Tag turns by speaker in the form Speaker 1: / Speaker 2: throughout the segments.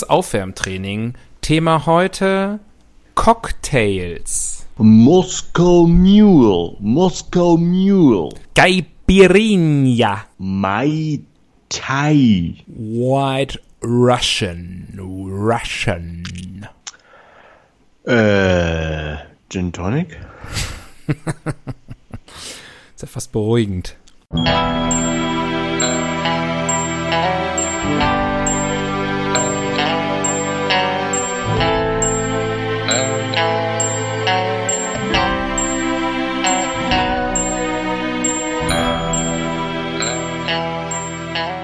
Speaker 1: Moderations-Aufwärmtraining. Thema heute Cocktails.
Speaker 2: Moscow Mule, Moscow Mule,
Speaker 1: Caipirinha.
Speaker 2: Mai Tai,
Speaker 1: White Russian. Russian.
Speaker 2: äh, Gin Tonic?
Speaker 1: Ist ja fast beruhigend.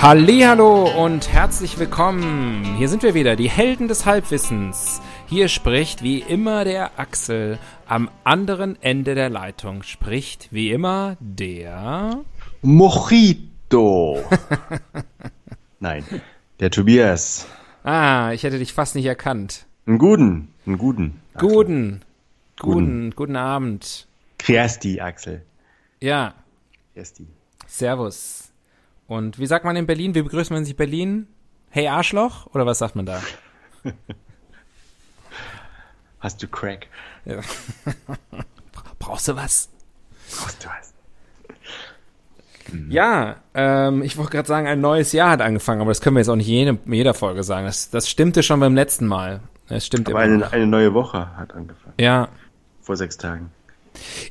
Speaker 1: Hallo und herzlich willkommen. Hier sind wir wieder, die Helden des Halbwissens. Hier spricht wie immer der Axel. Am anderen Ende der Leitung spricht wie immer der.
Speaker 2: Mojito. Nein, der Tobias.
Speaker 1: Ah, ich hätte dich fast nicht erkannt.
Speaker 2: Einen guten, einen guten. Axel.
Speaker 1: Guten, guten, guten Abend.
Speaker 2: Kriasti, Axel.
Speaker 1: Ja,
Speaker 2: Kriasti.
Speaker 1: Servus. Und wie sagt man in Berlin? Wie begrüßt man sich in Berlin? Hey Arschloch? Oder was sagt man da?
Speaker 2: Hast du Crack?
Speaker 1: Ja. Brauchst du was?
Speaker 2: Brauchst du was?
Speaker 1: Ja, ähm, ich wollte gerade sagen, ein neues Jahr hat angefangen, aber das können wir jetzt auch nicht jede, jeder Folge sagen. Das, das stimmte schon beim letzten Mal. Das stimmt
Speaker 2: Aber
Speaker 1: immer
Speaker 2: eine,
Speaker 1: noch.
Speaker 2: eine neue Woche hat angefangen.
Speaker 1: Ja.
Speaker 2: Vor sechs Tagen.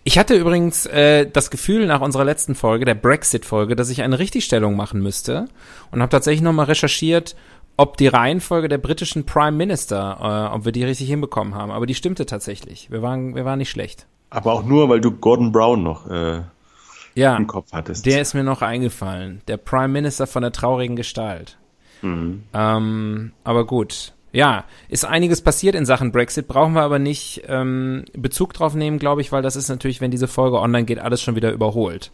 Speaker 1: Ich hatte übrigens äh, das Gefühl nach unserer letzten Folge, der Brexit-Folge, dass ich eine Richtigstellung machen müsste und habe tatsächlich nochmal recherchiert, ob die Reihenfolge der britischen Prime Minister, äh, ob wir die richtig hinbekommen haben. Aber die stimmte tatsächlich. Wir waren, wir waren nicht schlecht.
Speaker 2: Aber auch nur, weil du Gordon Brown noch äh,
Speaker 1: Ja,
Speaker 2: im Kopf hattest.
Speaker 1: der ist mir noch eingefallen. Der Prime Minister von der traurigen Gestalt. Ähm, aber gut. Ja, ist einiges passiert in Sachen Brexit, brauchen wir aber nicht ähm, Bezug drauf nehmen, glaube ich, weil das ist natürlich, wenn diese Folge online geht, alles schon wieder überholt.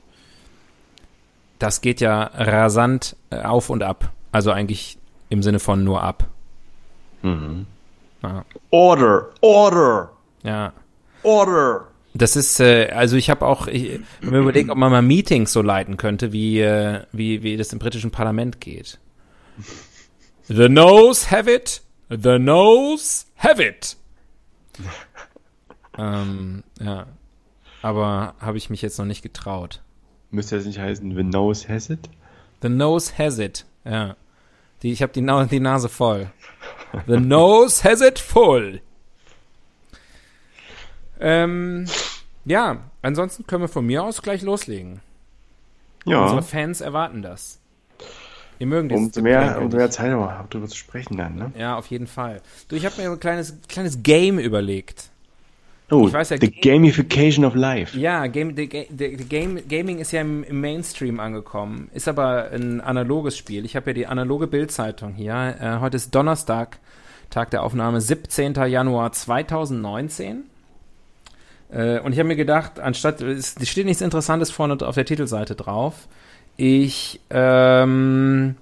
Speaker 1: Das geht ja rasant äh, auf und ab. Also eigentlich im Sinne von nur ab.
Speaker 2: Order, Order,
Speaker 1: Ja.
Speaker 2: Order.
Speaker 1: Das ist, äh, also ich habe auch, ich, wenn wir überlegen, ob man mal Meetings so leiten könnte, wie, äh, wie, wie das im britischen Parlament geht. The Nose have it, the Nose have it. ähm, ja. Aber habe ich mich jetzt noch nicht getraut.
Speaker 2: Müsste das nicht heißen, the nose has it?
Speaker 1: The Nose has it, ja. Die, ich habe die, Na die Nase voll. The Nose has it full. Ähm, ja, ansonsten können wir von mir aus gleich loslegen. Unsere
Speaker 2: Ja,
Speaker 1: Fans erwarten das. Ihr mögen dieses
Speaker 2: umso mehr,
Speaker 1: Getränk
Speaker 2: umso mehr
Speaker 1: nicht.
Speaker 2: Zeit haben wir, auch darüber zu sprechen dann, ne?
Speaker 1: Ja, auf jeden Fall. Du, ich habe mir so ein kleines, kleines Game überlegt.
Speaker 2: Oh,
Speaker 1: Ich weiß ja-
Speaker 2: the gamification of life.
Speaker 1: Ja, Game, die, die, die Game, Gaming ist ja im, im Mainstream angekommen, ist aber ein analoges Spiel. Ich habe ja die analoge Bildzeitung hier. Äh, heute ist Donnerstag, Tag der Aufnahme, 17. Januar 2019. Äh, und ich habe mir gedacht, anstatt, es steht nichts Interessantes vorne auf der Titelseite drauf. Ich, ähm,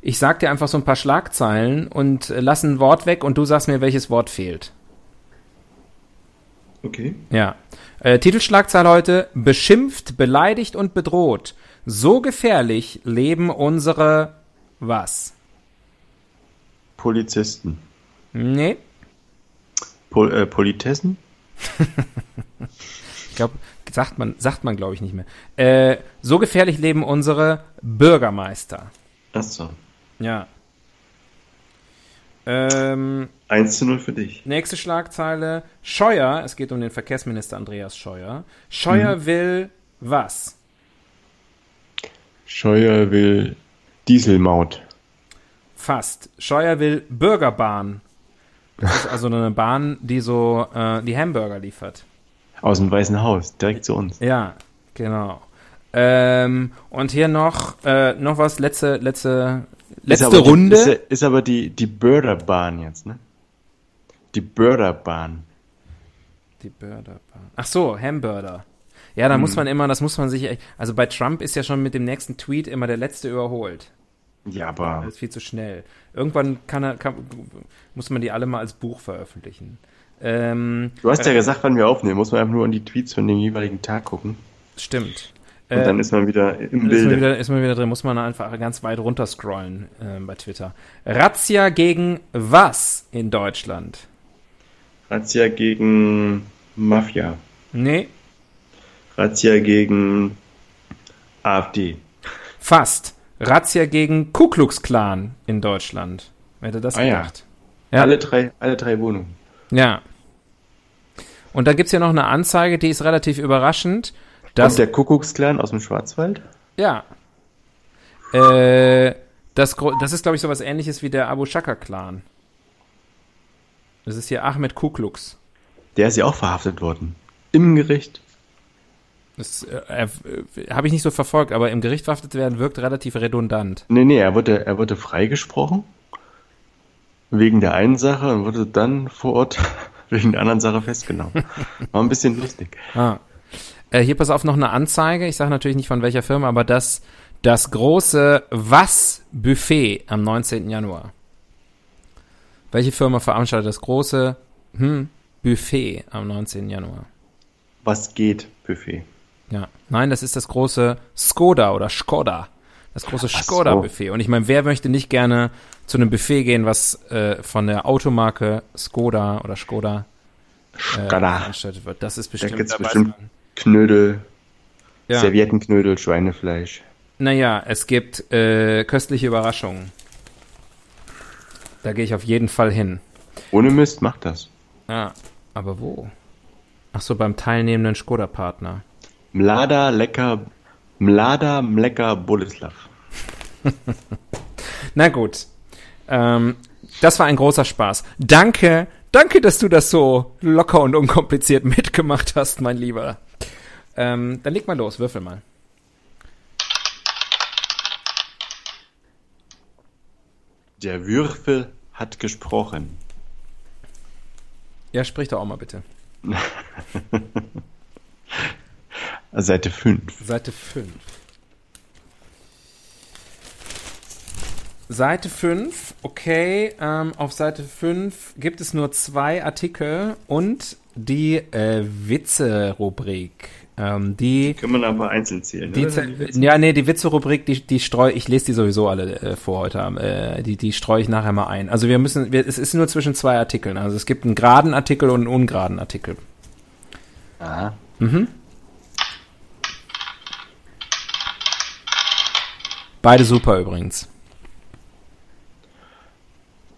Speaker 1: ich sag dir einfach so ein paar Schlagzeilen und äh, lass ein Wort weg und du sagst mir, welches Wort fehlt.
Speaker 2: Okay.
Speaker 1: Ja. Äh, Titelschlagzeile heute: Beschimpft, beleidigt und bedroht. So gefährlich leben unsere was?
Speaker 2: Polizisten.
Speaker 1: Nee,
Speaker 2: Pol äh, Politessen?
Speaker 1: ich glaube, sagt man, sagt man glaube ich nicht mehr. Äh, so gefährlich leben unsere Bürgermeister.
Speaker 2: Achso.
Speaker 1: Ja. Ähm,
Speaker 2: 1 zu 0 für dich.
Speaker 1: Nächste Schlagzeile. Scheuer, es geht um den Verkehrsminister Andreas Scheuer. Scheuer will was?
Speaker 2: Scheuer will Dieselmaut.
Speaker 1: Fast. Scheuer will Bürgerbahn. Das ist also eine Bahn, die so äh, die Hamburger liefert.
Speaker 2: Aus dem Weißen Haus, direkt zu uns.
Speaker 1: Ja, genau. Ähm, und hier noch, äh, noch was, letzte, letzte,
Speaker 2: Ist
Speaker 1: letzte
Speaker 2: aber die-
Speaker 1: Runde.
Speaker 2: Ist, ist aber die, die Börderbahn jetzt, ne? Die Börderbahn.
Speaker 1: Die Burgerbahn. Ach so, Hamburger. Ja,
Speaker 2: Hm.
Speaker 1: da muss man immer, das muss man sich echt, also bei Trump ist ja schon mit dem nächsten Tweet immer der letzte überholt.
Speaker 2: Ja, aber
Speaker 1: Das ist viel zu schnell. Irgendwann kann er, kann, muss man die alle mal als Buch veröffentlichen. Ähm,
Speaker 2: du hast ja gesagt, wann wir aufnehmen. Muss man einfach nur an die Tweets von dem jeweiligen Tag gucken.
Speaker 1: stimmt.
Speaker 2: Und
Speaker 1: Äh,
Speaker 2: dann ist man wieder im
Speaker 1: ist man,
Speaker 2: Bilde.
Speaker 1: wieder, ist man wieder drin, muss man einfach ganz weit runter scrollen ähm, bei Twitter. Razzia gegen was in Deutschland?
Speaker 2: Razzia gegen Mafia.
Speaker 1: Nee,
Speaker 2: Razzia gegen AfD.
Speaker 1: fast. Razzia gegen Ku Klux Klan in Deutschland. Wer hätte das
Speaker 2: Ah ja.
Speaker 1: gedacht? Ja.
Speaker 2: Alle drei, alle drei Wohnungen.
Speaker 1: Ja. Und da gibt's ja noch eine Anzeige, die ist relativ überraschend.
Speaker 2: Das
Speaker 1: Dass,
Speaker 2: der Kuckucksclan aus dem Schwarzwald?
Speaker 1: ja. Äh, das, Gro- das ist, glaube ich, sowas ähnliches wie der Abu Shaka-Clan. Das ist hier Ahmed Kuklux.
Speaker 2: Der ist ja auch verhaftet worden. Im Gericht.
Speaker 1: Das äh, äh, habe ich nicht so verfolgt, aber im Gericht verhaftet werden wirkt relativ redundant.
Speaker 2: Nee, nee, er wurde, er wurde freigesprochen. Wegen der einen Sache und wurde dann vor Ort wegen der anderen Sache festgenommen. War ein bisschen lustig.
Speaker 1: Ah. Äh, hier pass auf noch eine Anzeige. Ich sage natürlich nicht von welcher Firma, aber das, das große Was-Buffet am 19. Januar. Welche Firma veranstaltet das große hm, Buffet am 19. Januar?
Speaker 2: Was geht, Buffet?
Speaker 1: Ja. Nein, das ist das große Skoda oder Skoda. Das große
Speaker 2: Ach so.
Speaker 1: Skoda-Buffet. Und ich meine, wer möchte nicht gerne zu einem Buffet gehen, was äh, von der Automarke Skoda oder Skoda äh,
Speaker 2: Skada.
Speaker 1: veranstaltet wird? Das ist
Speaker 2: da
Speaker 1: bestimmt,
Speaker 2: gibt's
Speaker 1: da weiß
Speaker 2: bestimmt
Speaker 1: man.
Speaker 2: Knödel,
Speaker 1: Ja.
Speaker 2: Serviettenknödel, Schweinefleisch.
Speaker 1: Naja, es gibt äh, köstliche Überraschungen. Da gehe ich auf jeden Fall hin.
Speaker 2: Ohne Mist macht das.
Speaker 1: Ja, aber wo? Ach so, beim teilnehmenden Skoda-Partner.
Speaker 2: Mlada lecker, Mlada lecker Boleslav.
Speaker 1: Na gut. Ähm, das war ein großer Spaß. Danke, danke, dass du das so locker und unkompliziert mitgemacht hast, mein Lieber. Ähm, dann leg mal los, würfel mal.
Speaker 2: Der Würfel hat gesprochen.
Speaker 1: Ja, sprich doch auch mal bitte.
Speaker 2: Seite 5.
Speaker 1: Seite 5. Seite 5, okay. Ähm, auf Seite 5 gibt es nur zwei Artikel und die äh, Witze-Rubrik. Ähm, die.
Speaker 2: Kann man aber einzeln zählen.
Speaker 1: Die,
Speaker 2: oder?
Speaker 1: ja, nee, die Witze-Rubrik, die, die streue ich, lese die sowieso alle äh, vor heute, Abend, äh, die, die streue ich nachher mal ein. Also wir müssen, wir, es ist nur zwischen zwei Artikeln. Also es gibt einen geraden Artikel und einen ungeraden Artikel. Mhm.
Speaker 2: Ah.
Speaker 1: Beide super übrigens.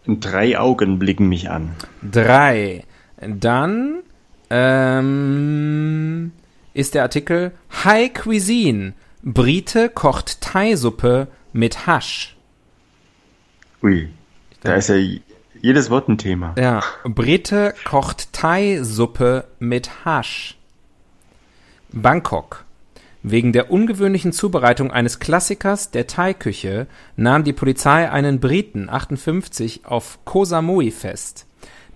Speaker 2: In drei Augen blicken mich an.
Speaker 1: Drei. Dann ähm, ist der Artikel High Cuisine. Brite kocht Thai-Suppe mit Hasch.
Speaker 2: Ui. Da ist ja j- jedes Wort ein Thema.
Speaker 1: Ja, Brite kocht Thai-Suppe mit Hasch. Bangkok. Wegen der ungewöhnlichen Zubereitung eines Klassikers der Thai-Küche nahm die Polizei einen Briten, 58, auf Koh Samui fest.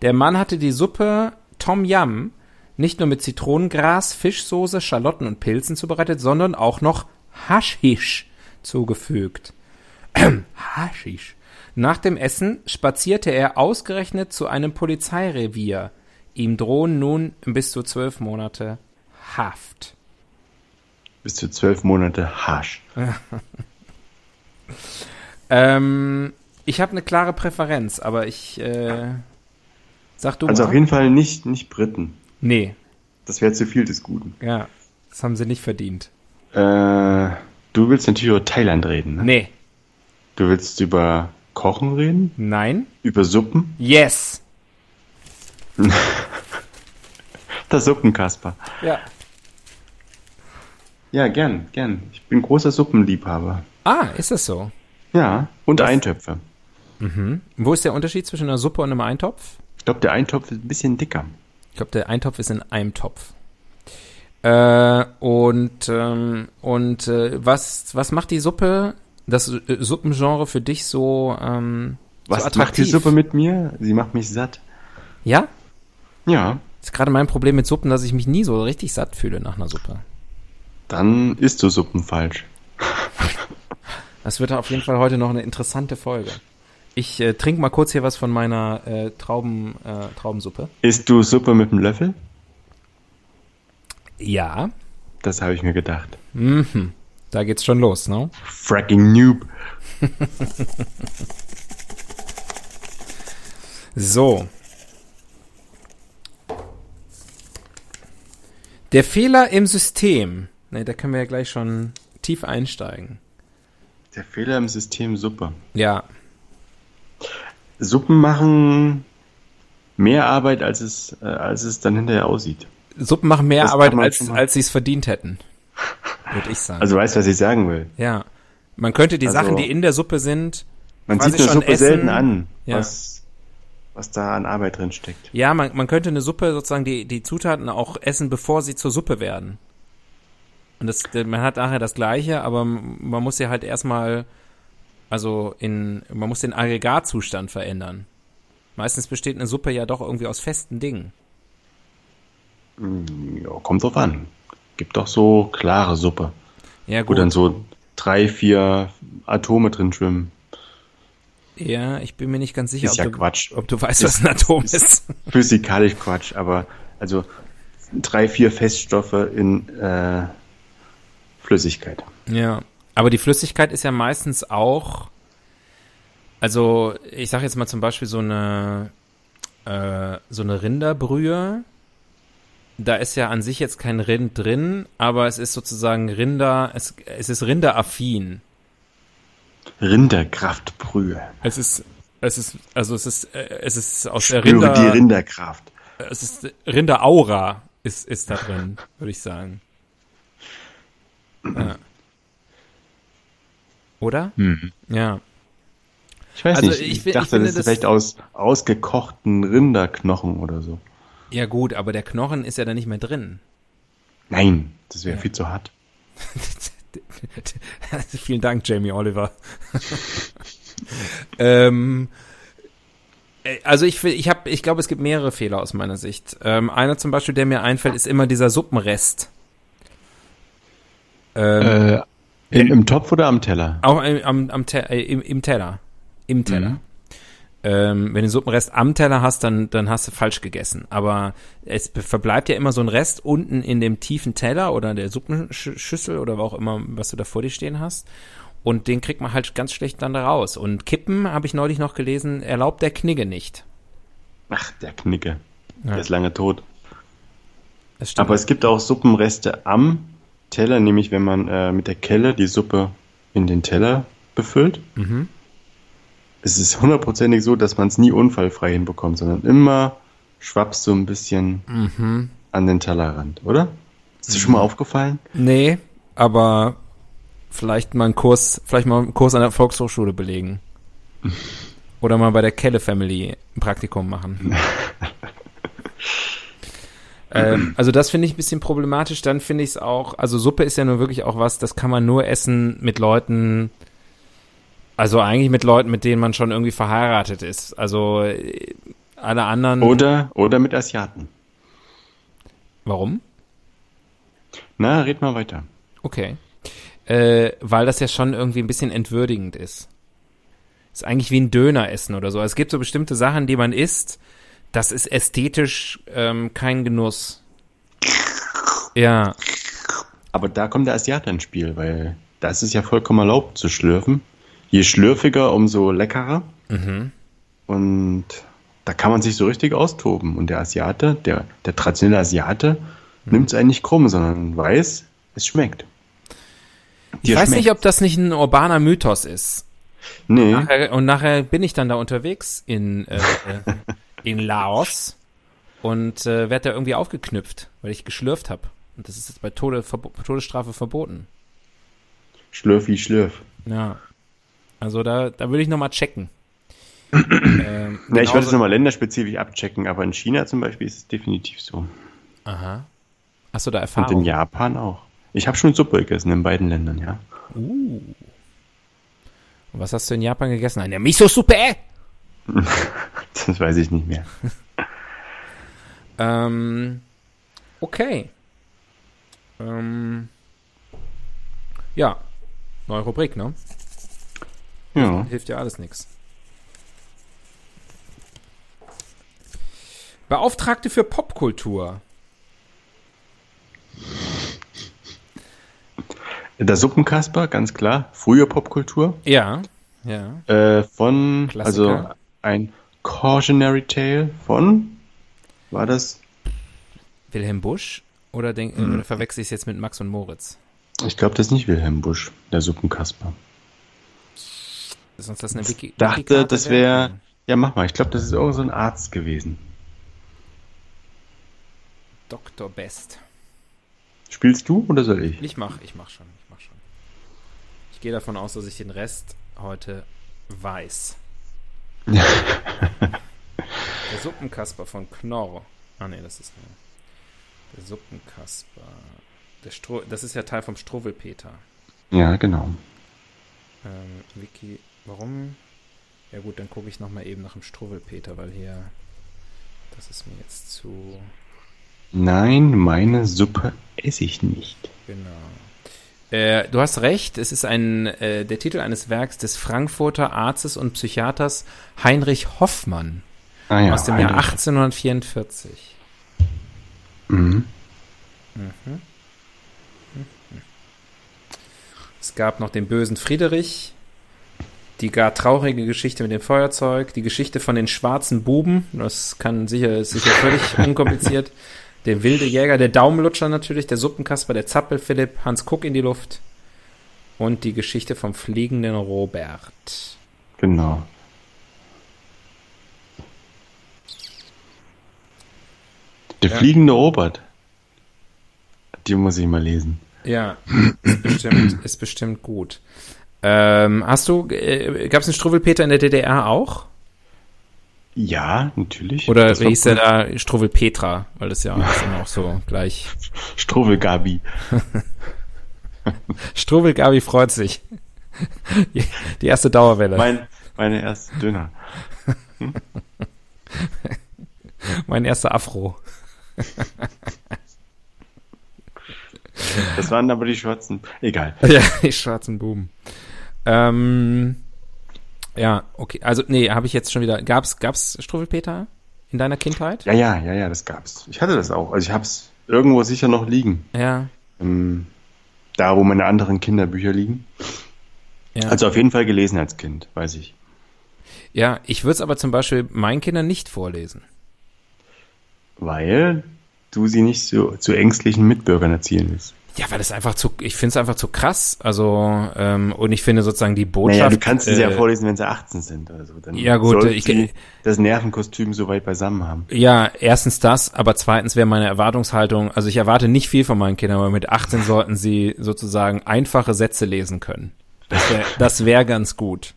Speaker 1: Der Mann hatte die Suppe Tom Yam nicht nur mit Zitronengras, Fischsoße, Schalotten und Pilzen zubereitet, sondern auch noch Haschisch zugefügt. Haschisch. Nach dem Essen spazierte er ausgerechnet zu einem Polizeirevier. Ihm drohen nun bis zu zwölf Monate Haft.
Speaker 2: Bis zu zwölf Monate Hasch.
Speaker 1: Ähm, ich habe eine klare Präferenz, aber ich äh, sag du
Speaker 2: Also
Speaker 1: mal.
Speaker 2: auf jeden Fall nicht, nicht Briten.
Speaker 1: nee,
Speaker 2: Das wäre zu viel des Guten.
Speaker 1: ja, das haben sie nicht verdient.
Speaker 2: Äh, du willst natürlich über Thailand reden, ne?
Speaker 1: Nee,
Speaker 2: Du willst über Kochen reden?
Speaker 1: nein,
Speaker 2: Über Suppen?
Speaker 1: yes,
Speaker 2: Der Suppenkasper.
Speaker 1: ja.
Speaker 2: Ja, gern, gern. Ich bin großer Suppenliebhaber.
Speaker 1: Ah, ist das so?
Speaker 2: Ja, und Eintöpfe.
Speaker 1: Wo ist der Unterschied zwischen einer Suppe und einem Eintopf?
Speaker 2: Ich glaube, der Eintopf ist ein bisschen dicker.
Speaker 1: Ich glaube, der Eintopf ist in einem Topf. Äh, und ähm, und äh, was, was macht die Suppe, das äh, Suppengenre für dich so, ähm,
Speaker 2: Was
Speaker 1: so attraktiv?
Speaker 2: macht die Suppe mit mir? Sie macht mich satt.
Speaker 1: Ja?
Speaker 2: Ja,
Speaker 1: Ist gerade mein Problem mit Suppen, dass ich mich nie so richtig satt fühle nach einer Suppe.
Speaker 2: dann isst du Suppen falsch.
Speaker 1: Das wird auf jeden Fall heute noch eine interessante Folge. Ich äh, trinke mal kurz hier was von meiner äh, Trauben, äh, Traubensuppe.
Speaker 2: Isst du Suppe mit dem Löffel?
Speaker 1: Ja,
Speaker 2: Das habe ich mir gedacht.
Speaker 1: da geht's schon los, ne?
Speaker 2: Fracking Noob.
Speaker 1: So. Der Fehler im System. Ne, da können wir ja gleich schon tief einsteigen.
Speaker 2: Der Fehler im System Suppe.
Speaker 1: Ja,
Speaker 2: Suppen machen mehr Arbeit, als es, äh, als es dann hinterher aussieht.
Speaker 1: Suppen machen mehr
Speaker 2: Das kann
Speaker 1: Arbeit,
Speaker 2: man
Speaker 1: als,
Speaker 2: schon mal-
Speaker 1: als sie es verdient hätten. Würde ich sagen.
Speaker 2: Also weißt du, was ich sagen will?
Speaker 1: ja. Man könnte die
Speaker 2: Also-
Speaker 1: Sachen, die in der Suppe sind,
Speaker 2: Man
Speaker 1: Quasi
Speaker 2: sieht eine
Speaker 1: schon
Speaker 2: Suppe
Speaker 1: essen.
Speaker 2: selten an,
Speaker 1: Ja.
Speaker 2: was, was da an Arbeit drin steckt.
Speaker 1: Ja, man, man könnte eine Suppe sozusagen die, die Zutaten auch essen, bevor sie zur Suppe werden. Und das, man hat nachher das Gleiche, aber man muss sie halt erstmal, also in, man muss den Aggregatzustand verändern. Meistens besteht eine Suppe ja doch irgendwie aus festen Dingen.
Speaker 2: Ja, kommt drauf an. Gibt doch so klare Suppe,
Speaker 1: Ja,
Speaker 2: wo
Speaker 1: gut.
Speaker 2: dann so drei, vier Atome drin schwimmen.
Speaker 1: ja, ich bin mir nicht ganz sicher,
Speaker 2: Ist
Speaker 1: ob,
Speaker 2: ja
Speaker 1: du,
Speaker 2: Quatsch.
Speaker 1: ob du weißt, was ein Atom ist.
Speaker 2: Physikalisch Quatsch, aber also drei, vier Feststoffe in äh, Flüssigkeit.
Speaker 1: Ja, aber die Flüssigkeit ist ja meistens auch, also ich sage jetzt mal zum Beispiel so eine, äh, so eine Rinderbrühe. Da ist ja an sich jetzt kein Rind drin, aber es ist sozusagen Rinder, es, es ist rinderaffin.
Speaker 2: Rinderkraftbrühe.
Speaker 1: Es ist, es ist, also es ist, äh, es ist aus der
Speaker 2: Spüre
Speaker 1: Rinder,
Speaker 2: die Rinderkraft.
Speaker 1: es ist Rinderaura ist, ist da drin, würde ich sagen.
Speaker 2: Mhm.
Speaker 1: Ja. Oder?
Speaker 2: Mhm.
Speaker 1: Ja.
Speaker 2: Ich weiß
Speaker 1: Also
Speaker 2: nicht,
Speaker 1: ich
Speaker 2: ich,
Speaker 1: fi- ich
Speaker 2: dachte,
Speaker 1: finde,
Speaker 2: das ist
Speaker 1: das-
Speaker 2: vielleicht aus ausgekochten Rinderknochen oder so.
Speaker 1: Ja gut, aber der Knochen ist ja da nicht mehr drin.
Speaker 2: Nein, das wäre viel zu hart.
Speaker 1: Vielen Dank, Jamie Oliver. ähm, äh, also ich, fi- ich, hab- ich glaube, es gibt mehrere Fehler aus meiner Sicht. Ähm, einer zum Beispiel, der mir einfällt, ist immer dieser Suppenrest. Ähm,
Speaker 2: Äh, in, Im Topf oder am Teller?
Speaker 1: Auch im, am, am Te äh, im, im Teller. Im Teller. Ähm, wenn du den Suppenrest am Teller hast, dann, dann hast du falsch gegessen. Aber es be- verbleibt ja immer so ein Rest unten in dem tiefen Teller oder in der Suppenschüssel oder wo auch immer, was du da vor dir stehen hast. Und den kriegt man halt ganz schlecht dann da raus. Und Kippen, habe ich neulich noch gelesen, erlaubt der Knigge nicht.
Speaker 2: Ach, der Knicke. Der ist lange tot.
Speaker 1: Das stimmt.
Speaker 2: Aber es gibt auch Suppenreste am Teller, nämlich wenn man äh, mit der Kelle die Suppe in den Teller befüllt. Es ist hundertprozentig so, dass man es nie unfallfrei hinbekommt, sondern immer schwappst so ein bisschen an den Tellerrand, oder? Ist dir schon mal aufgefallen?
Speaker 1: nee, aber vielleicht mal einen Kurs, vielleicht mal einen Kurs an der Volkshochschule belegen. Oder mal bei der Kelle Family ein Praktikum machen. ähm, also das finde ich ein bisschen problematisch. Dann finde ich es auch, also Suppe ist ja nur wirklich auch was, das kann man nur essen mit Leuten, also eigentlich mit Leuten, mit denen man schon irgendwie verheiratet ist. Also äh, alle anderen.
Speaker 2: Oder, oder mit Asiaten.
Speaker 1: Warum?
Speaker 2: Na, red mal weiter.
Speaker 1: Okay. Äh, weil das ja schon irgendwie ein bisschen entwürdigend ist. Ist eigentlich wie ein Döner essen oder so. Also Es gibt so bestimmte Sachen, die man isst, das ist ästhetisch ähm, kein Genuss. Ja,
Speaker 2: Aber da kommt der Asiate ins Spiel, weil das ist ja vollkommen erlaubt zu schlürfen. Je schlürfiger, umso leckerer.
Speaker 1: Mhm.
Speaker 2: Und da kann man sich so richtig austoben. Und der Asiate, der, der traditionelle Asiate,
Speaker 1: Mhm.
Speaker 2: nimmt es eigentlich krumm, sondern weiß, es schmeckt.
Speaker 1: ich weiß nicht, ob das nicht ein urbaner Mythos ist.
Speaker 2: Nee,
Speaker 1: Nachher, und nachher bin ich dann da unterwegs in, äh, äh, in Laos und äh, werde da irgendwie aufgeknüpft, weil ich geschlürft habe. Und das ist jetzt bei Tode, verbo Todesstrafe verboten.
Speaker 2: schlürfi, schlürf.
Speaker 1: Ja. Also da, da würde ich nochmal checken. ähm,
Speaker 2: Ja, ich
Speaker 1: genauso-
Speaker 2: würde es nochmal länderspezifisch abchecken, aber in China zum Beispiel ist es definitiv so.
Speaker 1: Aha. Hast du da
Speaker 2: Und in
Speaker 1: Erfahrung?
Speaker 2: Japan auch. Ich habe schon Suppe gegessen in beiden Ländern, ja.
Speaker 1: Uh. Und was hast du in Japan gegessen? Eine Miso-Suppe!
Speaker 2: Das weiß ich nicht mehr.
Speaker 1: Ähm, okay. Ähm, ja, neue Rubrik, ne?
Speaker 2: Ja.
Speaker 1: Hilft ja alles nichts. Beauftragte für Popkultur.
Speaker 2: Der Suppenkasper, ganz klar. Frühe Popkultur.
Speaker 1: Ja, ja.
Speaker 2: Äh, von,
Speaker 1: Klassiker.
Speaker 2: also ein Cautionary Tale von, war das?
Speaker 1: Wilhelm Busch? Oder, denk,
Speaker 2: Hm.
Speaker 1: oder verwechsel ich es jetzt mit Max und Moritz?
Speaker 2: Ich glaube, das ist nicht Wilhelm Busch, der Suppenkasper.
Speaker 1: Ist uns das eine Wiki?
Speaker 2: Dachte,
Speaker 1: Wikikarte
Speaker 2: das wäre, ja mach mal, ich glaube, das ist irgend so ein Arzt gewesen.
Speaker 1: Dr. Best.
Speaker 2: Spielst du oder soll ich?
Speaker 1: Ich mach, ich mach schon, ich mach schon. Ich gehe davon aus, dass ich den Rest heute weiß. Der Suppenkasper von Knorr. Ah nee, das ist nur. Der Suppenkasper. Der Stro das ist ja Teil vom Struwwelpeter.
Speaker 2: Ja, genau.
Speaker 1: Ähm, Wiki, warum? Ja gut, dann gucke ich nochmal eben nach dem Struwwelpeter, weil hier. Das ist mir jetzt zu.
Speaker 2: Nein, meine Suppe esse ich nicht.
Speaker 1: Genau. Äh, du hast recht, es ist ein, äh, der Titel eines Werks des Frankfurter Arztes und Psychiaters Heinrich Hoffmann
Speaker 2: Ah ja,
Speaker 1: aus dem Jahr 1844.
Speaker 2: Mhm.
Speaker 1: Es gab noch den bösen Friedrich, die gar traurige Geschichte mit dem Feuerzeug, die Geschichte von den schwarzen Buben, das kann sicher, ist sicher völlig unkompliziert, der wilde Jäger, der Daumenlutscher natürlich, der Suppenkasper, der Zappelphilipp, Hans Kuck in die Luft und die Geschichte vom fliegenden Robert.
Speaker 2: Genau. Der
Speaker 1: Ja.
Speaker 2: fliegende Robert. Die muss ich mal lesen.
Speaker 1: Ja, ist bestimmt, ist bestimmt gut. Ähm, hast du, äh, gab es einen Struwwelpeter in der DDR auch?
Speaker 2: Ja, natürlich.
Speaker 1: Oder
Speaker 2: Das
Speaker 1: wie
Speaker 2: war
Speaker 1: hieß der da Struwwelpetra? Weil das ja ist immer auch so gleich.
Speaker 2: Struwwelgabi.
Speaker 1: Struwwel Gabi freut sich. Die erste Dauerwelle. Mein,
Speaker 2: Mein, meine erste Döner.
Speaker 1: erster Afro.
Speaker 2: Das waren aber die schwarzen. Egal.
Speaker 1: Ja, die schwarzen Buben. Ähm, ja, okay. Also, nee, habe ich jetzt schon wieder. Gab's, gab's Struwwelpeter in deiner Kindheit?
Speaker 2: Ja, ja, ja, ja, das gab's. Ich hatte das auch. Also ich hab's irgendwo sicher noch liegen.
Speaker 1: Ja.
Speaker 2: Ähm, Da, wo meine anderen Kinderbücher liegen.
Speaker 1: ja.
Speaker 2: Also auf jeden Fall gelesen als Kind, weiß ich.
Speaker 1: ja, ich würde es aber zum Beispiel meinen Kindern nicht vorlesen.
Speaker 2: Weil du sie nicht so, zu ängstlichen Mitbürgern erzielen willst.
Speaker 1: Ja, weil es einfach zu, ich finde es einfach zu krass. Also, ähm, und ich finde sozusagen die Botschaft.
Speaker 2: Naja, du kannst es ja
Speaker 1: äh,
Speaker 2: vorlesen, wenn sie 18 sind. Also dann
Speaker 1: Ja, gut,
Speaker 2: sollten
Speaker 1: ich-
Speaker 2: sie das Nervenkostüm so weit beisammen haben.
Speaker 1: Ja, erstens das, aber zweitens wäre meine Erwartungshaltung, also ich erwarte nicht viel von meinen Kindern, aber mit 18 sollten sie sozusagen einfache Sätze lesen können. Das wäre das wär ganz gut.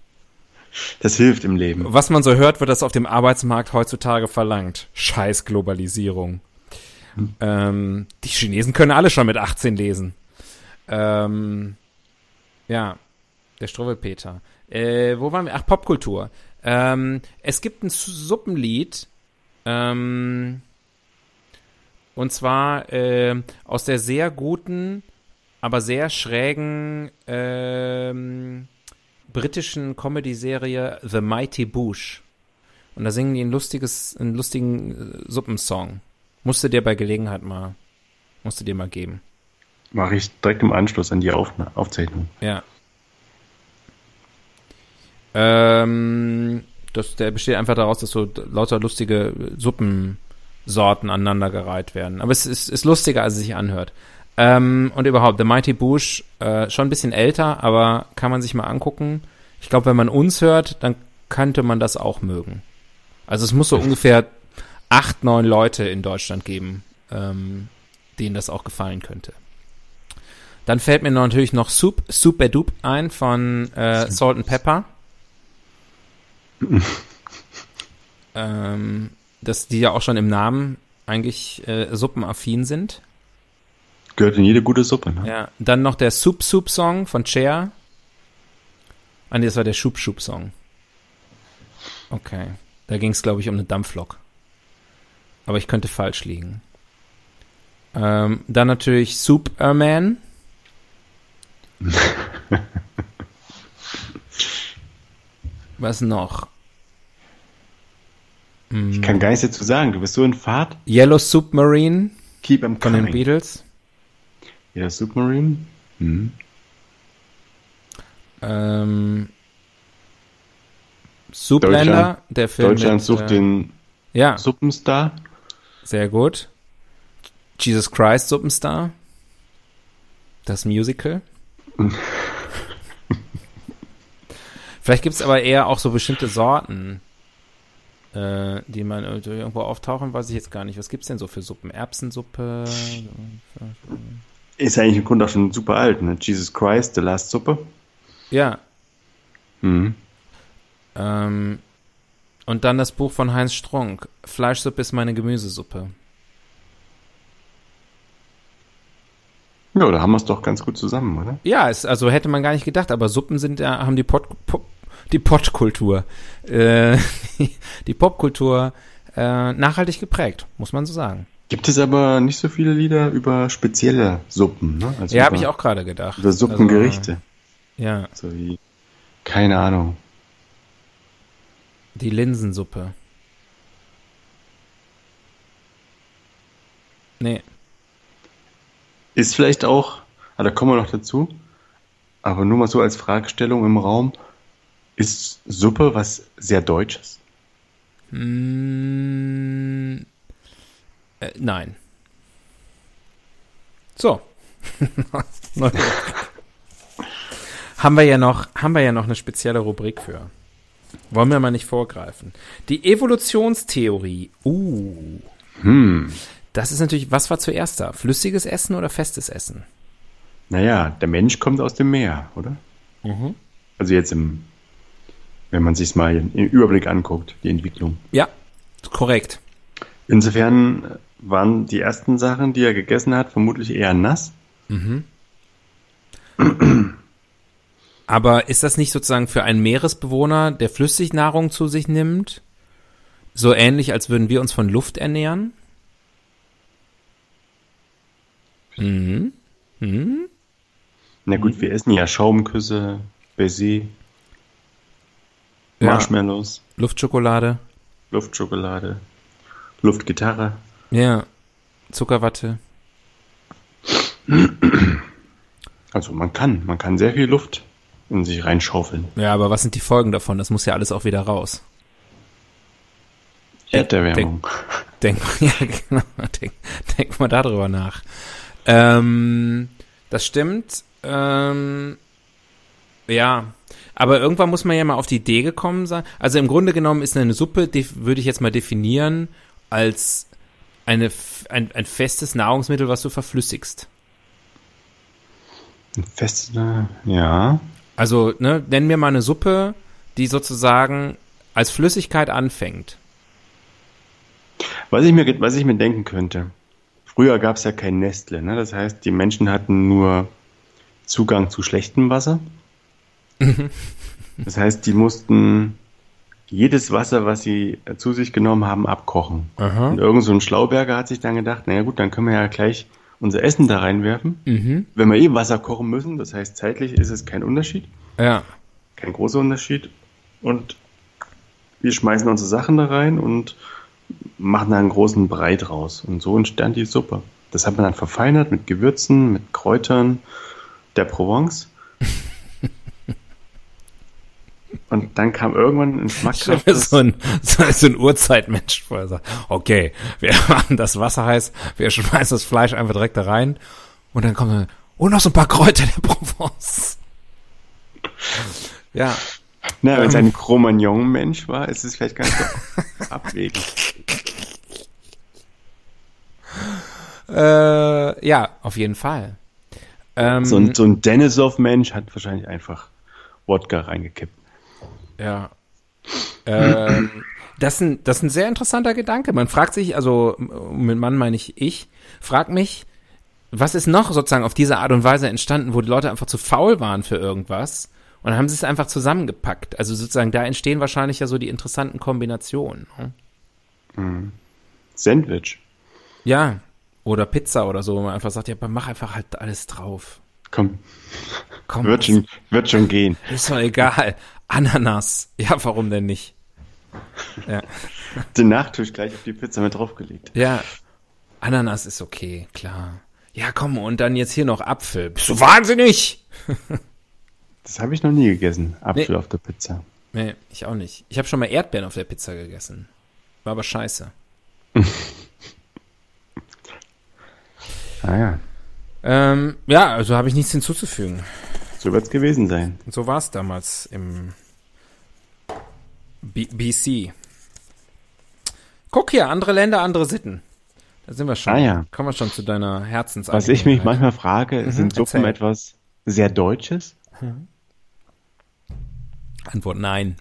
Speaker 2: Das hilft im Leben.
Speaker 1: Was man so hört, wird das auf dem Arbeitsmarkt heutzutage verlangt. Scheiß Globalisierung. Ähm, die Chinesen können alle schon mit 18 lesen. Ähm, ja, der Struwwelpeter. Äh, wo waren wir? Ach, Popkultur. Ähm, es gibt ein Suppenlied. Ähm, und zwar ähm, aus der sehr guten, aber sehr schrägen ähm, britischen Comedy-Serie The Mighty Boosh. Und da singen die ein lustiges, einen lustigen äh, Suppensong. Musste dir bei Gelegenheit mal, musste dir mal geben.
Speaker 2: Mache ich direkt im Anschluss an die Aufna Aufzeichnung.
Speaker 1: Ja. Ähm, das, der besteht einfach daraus, dass so d- lauter lustige äh, Suppensorten aneinandergereiht werden. Aber es ist, ist lustiger, als es sich anhört. Ähm, und überhaupt, The Mighty Bush, äh, schon ein bisschen älter, aber kann man sich mal angucken. Ich glaube, wenn man uns hört, dann könnte man das auch mögen. Also es muss so ungefähr acht, neun Leute in Deutschland geben, ähm, denen das auch gefallen könnte. Dann fällt mir natürlich noch Soup, Super Dupe ein von äh, Salt and Pepper. ähm, dass die ja auch schon im Namen eigentlich äh, suppenaffin sind.
Speaker 2: gehört in jede gute Suppe, ne?
Speaker 1: Ja. Dann noch der Soup Soup Song von Cher. Ah, nee, das war der Schub Schub Song. Okay. Da ging es, glaube ich, um eine Dampflok. Aber ich könnte falsch liegen. Ähm, dann natürlich Superman. Was noch?
Speaker 2: Ich kann gar nichts dazu sagen. Du bist so in Fahrt.
Speaker 1: Yellow Submarine
Speaker 2: Keep am
Speaker 1: von den
Speaker 2: coming.
Speaker 1: Beatles.
Speaker 2: Ja, Submarine. Hm.
Speaker 1: Ähm, Subländer, der Film.
Speaker 2: Deutschland
Speaker 1: mit,
Speaker 2: sucht
Speaker 1: äh,
Speaker 2: den
Speaker 1: Ja,
Speaker 2: Suppenstar.
Speaker 1: sehr gut. Jesus Christ Suppenstar. Das Musical. Vielleicht gibt's aber eher auch so bestimmte Sorten, äh, die man irgendwo auftauchen, weiß ich jetzt gar nicht. Was gibt's denn so für Suppen? Erbsensuppe?
Speaker 2: Ist eigentlich im Grunde auch schon super alt, ne? Jesus Christ, The Last Supper.
Speaker 1: Ja,
Speaker 2: Mhm.
Speaker 1: Ähm, und dann das Buch von Heinz Strunk. Fleischsuppe ist meine Gemüsesuppe.
Speaker 2: Ja, da haben wir es doch ganz gut zusammen, oder?
Speaker 1: Ja, ist, also hätte man gar nicht gedacht, aber Suppen sind ja, haben die Pot, Pop, die Potkultur, äh, die Popkultur äh, nachhaltig geprägt, muss man so sagen.
Speaker 2: Gibt es aber nicht so viele Lieder über spezielle Suppen, ne? Also
Speaker 1: Ja,
Speaker 2: über-
Speaker 1: habe ich auch gerade gedacht.
Speaker 2: Über Suppengerichte.
Speaker 1: Also, ja,
Speaker 2: so wie, keine Ahnung.
Speaker 1: die Linsensuppe. Nee.
Speaker 2: Ist vielleicht auch, ah, da kommen wir noch dazu, aber nur mal so als Fragestellung im Raum, ist Suppe was sehr Deutsches?
Speaker 1: Mm, äh, nein. So. Neue Rubrik. haben wir ja noch, haben wir ja noch eine spezielle Rubrik für. Wollen wir mal nicht vorgreifen. Die Evolutionstheorie. Uh.
Speaker 2: Hm,
Speaker 1: Das ist natürlich, was war zuerst da? Flüssiges Essen oder festes Essen?
Speaker 2: naja, der Mensch kommt aus dem Meer, oder? Also jetzt im, wenn man sich mal im Überblick anguckt, die Entwicklung.
Speaker 1: Ja, korrekt.
Speaker 2: Insofern waren die ersten Sachen, die er gegessen hat, vermutlich eher nass.
Speaker 1: Aber ist das nicht sozusagen für einen Meeresbewohner, der Flüssignahrung zu sich nimmt, so ähnlich, als würden wir uns von Luft ernähren?
Speaker 2: Na gut, wir essen ja Schaumküsse, Baiser,
Speaker 1: Ja.
Speaker 2: Marshmallows,
Speaker 1: Luftschokolade,
Speaker 2: Luftschokolade, Luftgitarre.
Speaker 1: ja, Zuckerwatte.
Speaker 2: Also man kann, man kann sehr viel Luft in sich reinschaufeln.
Speaker 1: Ja, aber was sind die Folgen davon? Das muss ja alles auch wieder raus.
Speaker 2: Erderwärmung.
Speaker 1: Denk, ja, genau, denk, denk mal darüber nach. Ähm, das stimmt. Ähm, ja, aber irgendwann muss man ja mal auf die Idee gekommen sein. Also im Grunde genommen ist eine Suppe, def- würde ich jetzt mal definieren, als eine, f- ein, ein festes Nahrungsmittel, was du verflüssigst.
Speaker 2: Ein Feste, ja.
Speaker 1: Also, ne, nenn mir mal eine Suppe, die sozusagen als Flüssigkeit anfängt.
Speaker 2: Was ich mir, was ich mir denken könnte. Früher gab es ja kein Nestle, ne? Das heißt, die Menschen hatten nur Zugang zu schlechtem Wasser. Das heißt, die mussten jedes Wasser, was sie äh, zu sich genommen haben, abkochen.
Speaker 1: Aha.
Speaker 2: Und irgend so ein Schlauberger hat sich dann gedacht, naja gut, dann können wir ja gleich unser Essen da reinwerfen. Wenn wir eh Wasser kochen müssen, das heißt, zeitlich ist es kein Unterschied.
Speaker 1: Ja.
Speaker 2: kein großer Unterschied. Und wir schmeißen unsere Sachen da rein und machen da einen großen Brei draus. Und so entstand die Suppe. Das hat man dann verfeinert mit Gewürzen, mit Kräutern der Provence. und dann kam irgendwann ein
Speaker 1: Stell mir
Speaker 2: schmackhaftes...
Speaker 1: so ein, so, so ein Urzeitmensch vor. der sagt, Okay, wir machen das Wasser heiß, wir schmeißen das Fleisch einfach direkt da rein und dann kommen oh, noch so ein paar Kräuter der Provence. Ja,
Speaker 2: Na, wenn es ein Cro-Magnon-Mensch war, ist es vielleicht gar nicht so abwegig.
Speaker 1: äh, ja, auf jeden Fall. Ähm,
Speaker 2: So ein, so ein Denisov-Mensch hat wahrscheinlich einfach Wodka reingekippt.
Speaker 1: Ja. Ähm, das, ist ein, das ist ein um sehr interessanter Gedanke. Man fragt sich, also m- mit Mann meine ich ich, frag mich, was ist noch sozusagen auf diese Art und Weise entstanden, wo die Leute einfach zu faul waren für irgendwas und dann haben sie es einfach zusammengepackt? Also sozusagen, da entstehen wahrscheinlich ja so die interessanten Kombinationen. Ne?
Speaker 2: Mhm. Sandwich.
Speaker 1: Ja, oder Pizza oder so, wo man einfach sagt, ja, mach einfach halt alles drauf.
Speaker 2: Komm.
Speaker 1: Komm,
Speaker 2: Wird schon, wird schon gehen.
Speaker 1: ist doch egal. Ananas. Ja, warum denn nicht? Ja.
Speaker 2: Den Nachtisch gleich auf die Pizza mit draufgelegt.
Speaker 1: Ja, Ananas ist okay, klar. Ja, komm, und dann jetzt hier noch Apfel. Bist du wahnsinnig?
Speaker 2: Das habe ich noch nie gegessen. Apfel
Speaker 1: Nee.
Speaker 2: auf der Pizza.
Speaker 1: Nee, ich auch nicht. Ich habe schon mal Erdbeeren auf der Pizza gegessen. War aber scheiße.
Speaker 2: Ah ja,
Speaker 1: Ähm, ja, also habe ich nichts hinzuzufügen.
Speaker 2: so wird's gewesen sein.
Speaker 1: Und so war es damals im B BC. Guck hier, andere Länder, andere Sitten. Da sind wir schon.
Speaker 2: Ah ja.
Speaker 1: Kommen wir schon zu deiner Herzensangelegenheit.
Speaker 2: Was ich mich manchmal frage, sind Suppen
Speaker 1: erzähl.
Speaker 2: etwas sehr Deutsches?
Speaker 1: Antwort nein.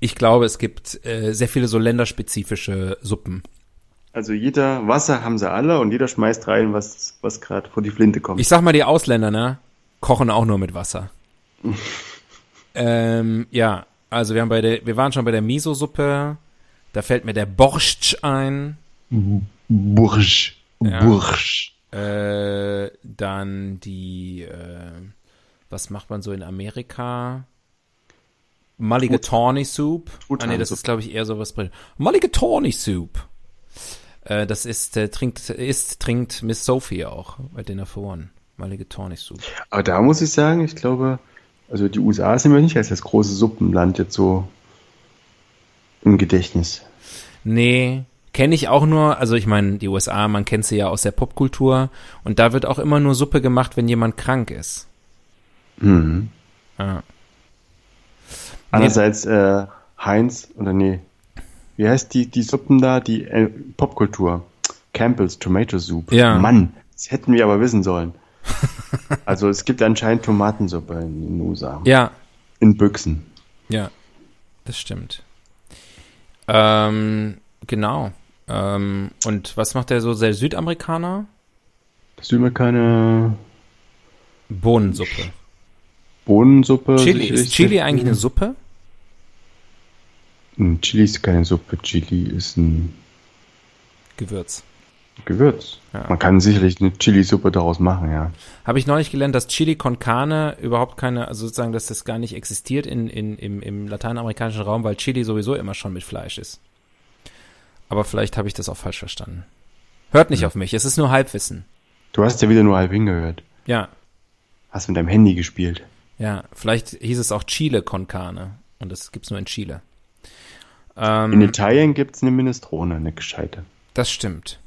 Speaker 1: Ich glaube, es gibt äh, sehr viele so länderspezifische Suppen.
Speaker 2: Also jeder Wasser haben sie alle und jeder schmeißt rein, was, was gerade vor die Flinte kommt.
Speaker 1: Ich sag mal, die Ausländer, ne? Kochen auch nur mit Wasser. ähm, ja, also wir haben bei der, wir waren schon bei der Miso-Suppe. Da fällt mir der Borscht ein.
Speaker 2: Bursch.
Speaker 1: Ja.
Speaker 2: Bursch.
Speaker 1: Äh, dann die, äh, was macht man so in Amerika? Mullige Tawny Soup. Ah, nee, das ist, glaube ich, eher sowas. Brit- Mullige Tawny Soup. Äh, das ist, äh, trinkt, ist, trinkt Miss Sophie auch bei Dinner for One. Mullige Tawny Soup.
Speaker 2: Aber da muss ich sagen, ich glaube, also die USA sind mir nicht als das große Suppenland jetzt so im Gedächtnis.
Speaker 1: Nee, kenne ich auch nur, also ich meine, die USA, man kennt sie ja aus der Popkultur und da wird auch immer nur Suppe gemacht, wenn jemand krank ist.
Speaker 2: Mhm.
Speaker 1: Ja.
Speaker 2: Andererseits äh, Heinz oder nee, wie heißt die, die Suppen da, die äh, Popkultur? Campbell's Tomato Soup.
Speaker 1: Ja.
Speaker 2: Mann, das hätten wir aber wissen sollen. also es gibt anscheinend Tomatensuppe in den USA.
Speaker 1: Ja,
Speaker 2: In Büchsen.
Speaker 1: ja, das stimmt. Ähm, genau. Ähm, und was macht der so, der Südamerikaner?
Speaker 2: Das sind immer keine
Speaker 1: Bohnensuppe.
Speaker 2: Bohnensuppe.
Speaker 1: Chili, ist
Speaker 2: sicherlich.
Speaker 1: Chili eigentlich eine Suppe?
Speaker 2: Hm, Chili ist keine Suppe, Chili ist ein
Speaker 1: Gewürz.
Speaker 2: Gewürz.
Speaker 1: Ja.
Speaker 2: Man kann sicherlich eine Chili-Suppe daraus machen, ja.
Speaker 1: Habe ich neulich gelernt, dass Chili con Carne überhaupt keine, also sozusagen, dass das gar nicht existiert in, in, im, im lateinamerikanischen Raum, weil Chili sowieso immer schon mit Fleisch ist. Aber vielleicht habe ich das auch falsch verstanden. Hört nicht auf mich, es ist nur Halbwissen.
Speaker 2: Du hast ja wieder nur halb hingehört.
Speaker 1: Ja,
Speaker 2: Hast mit deinem Handy gespielt.
Speaker 1: ja, vielleicht hieß es auch Chile con Carne und das gibt's nur in Chile. Ähm.
Speaker 2: In Italien gibt's eine Minestrone, eine gescheite.
Speaker 1: Das stimmt.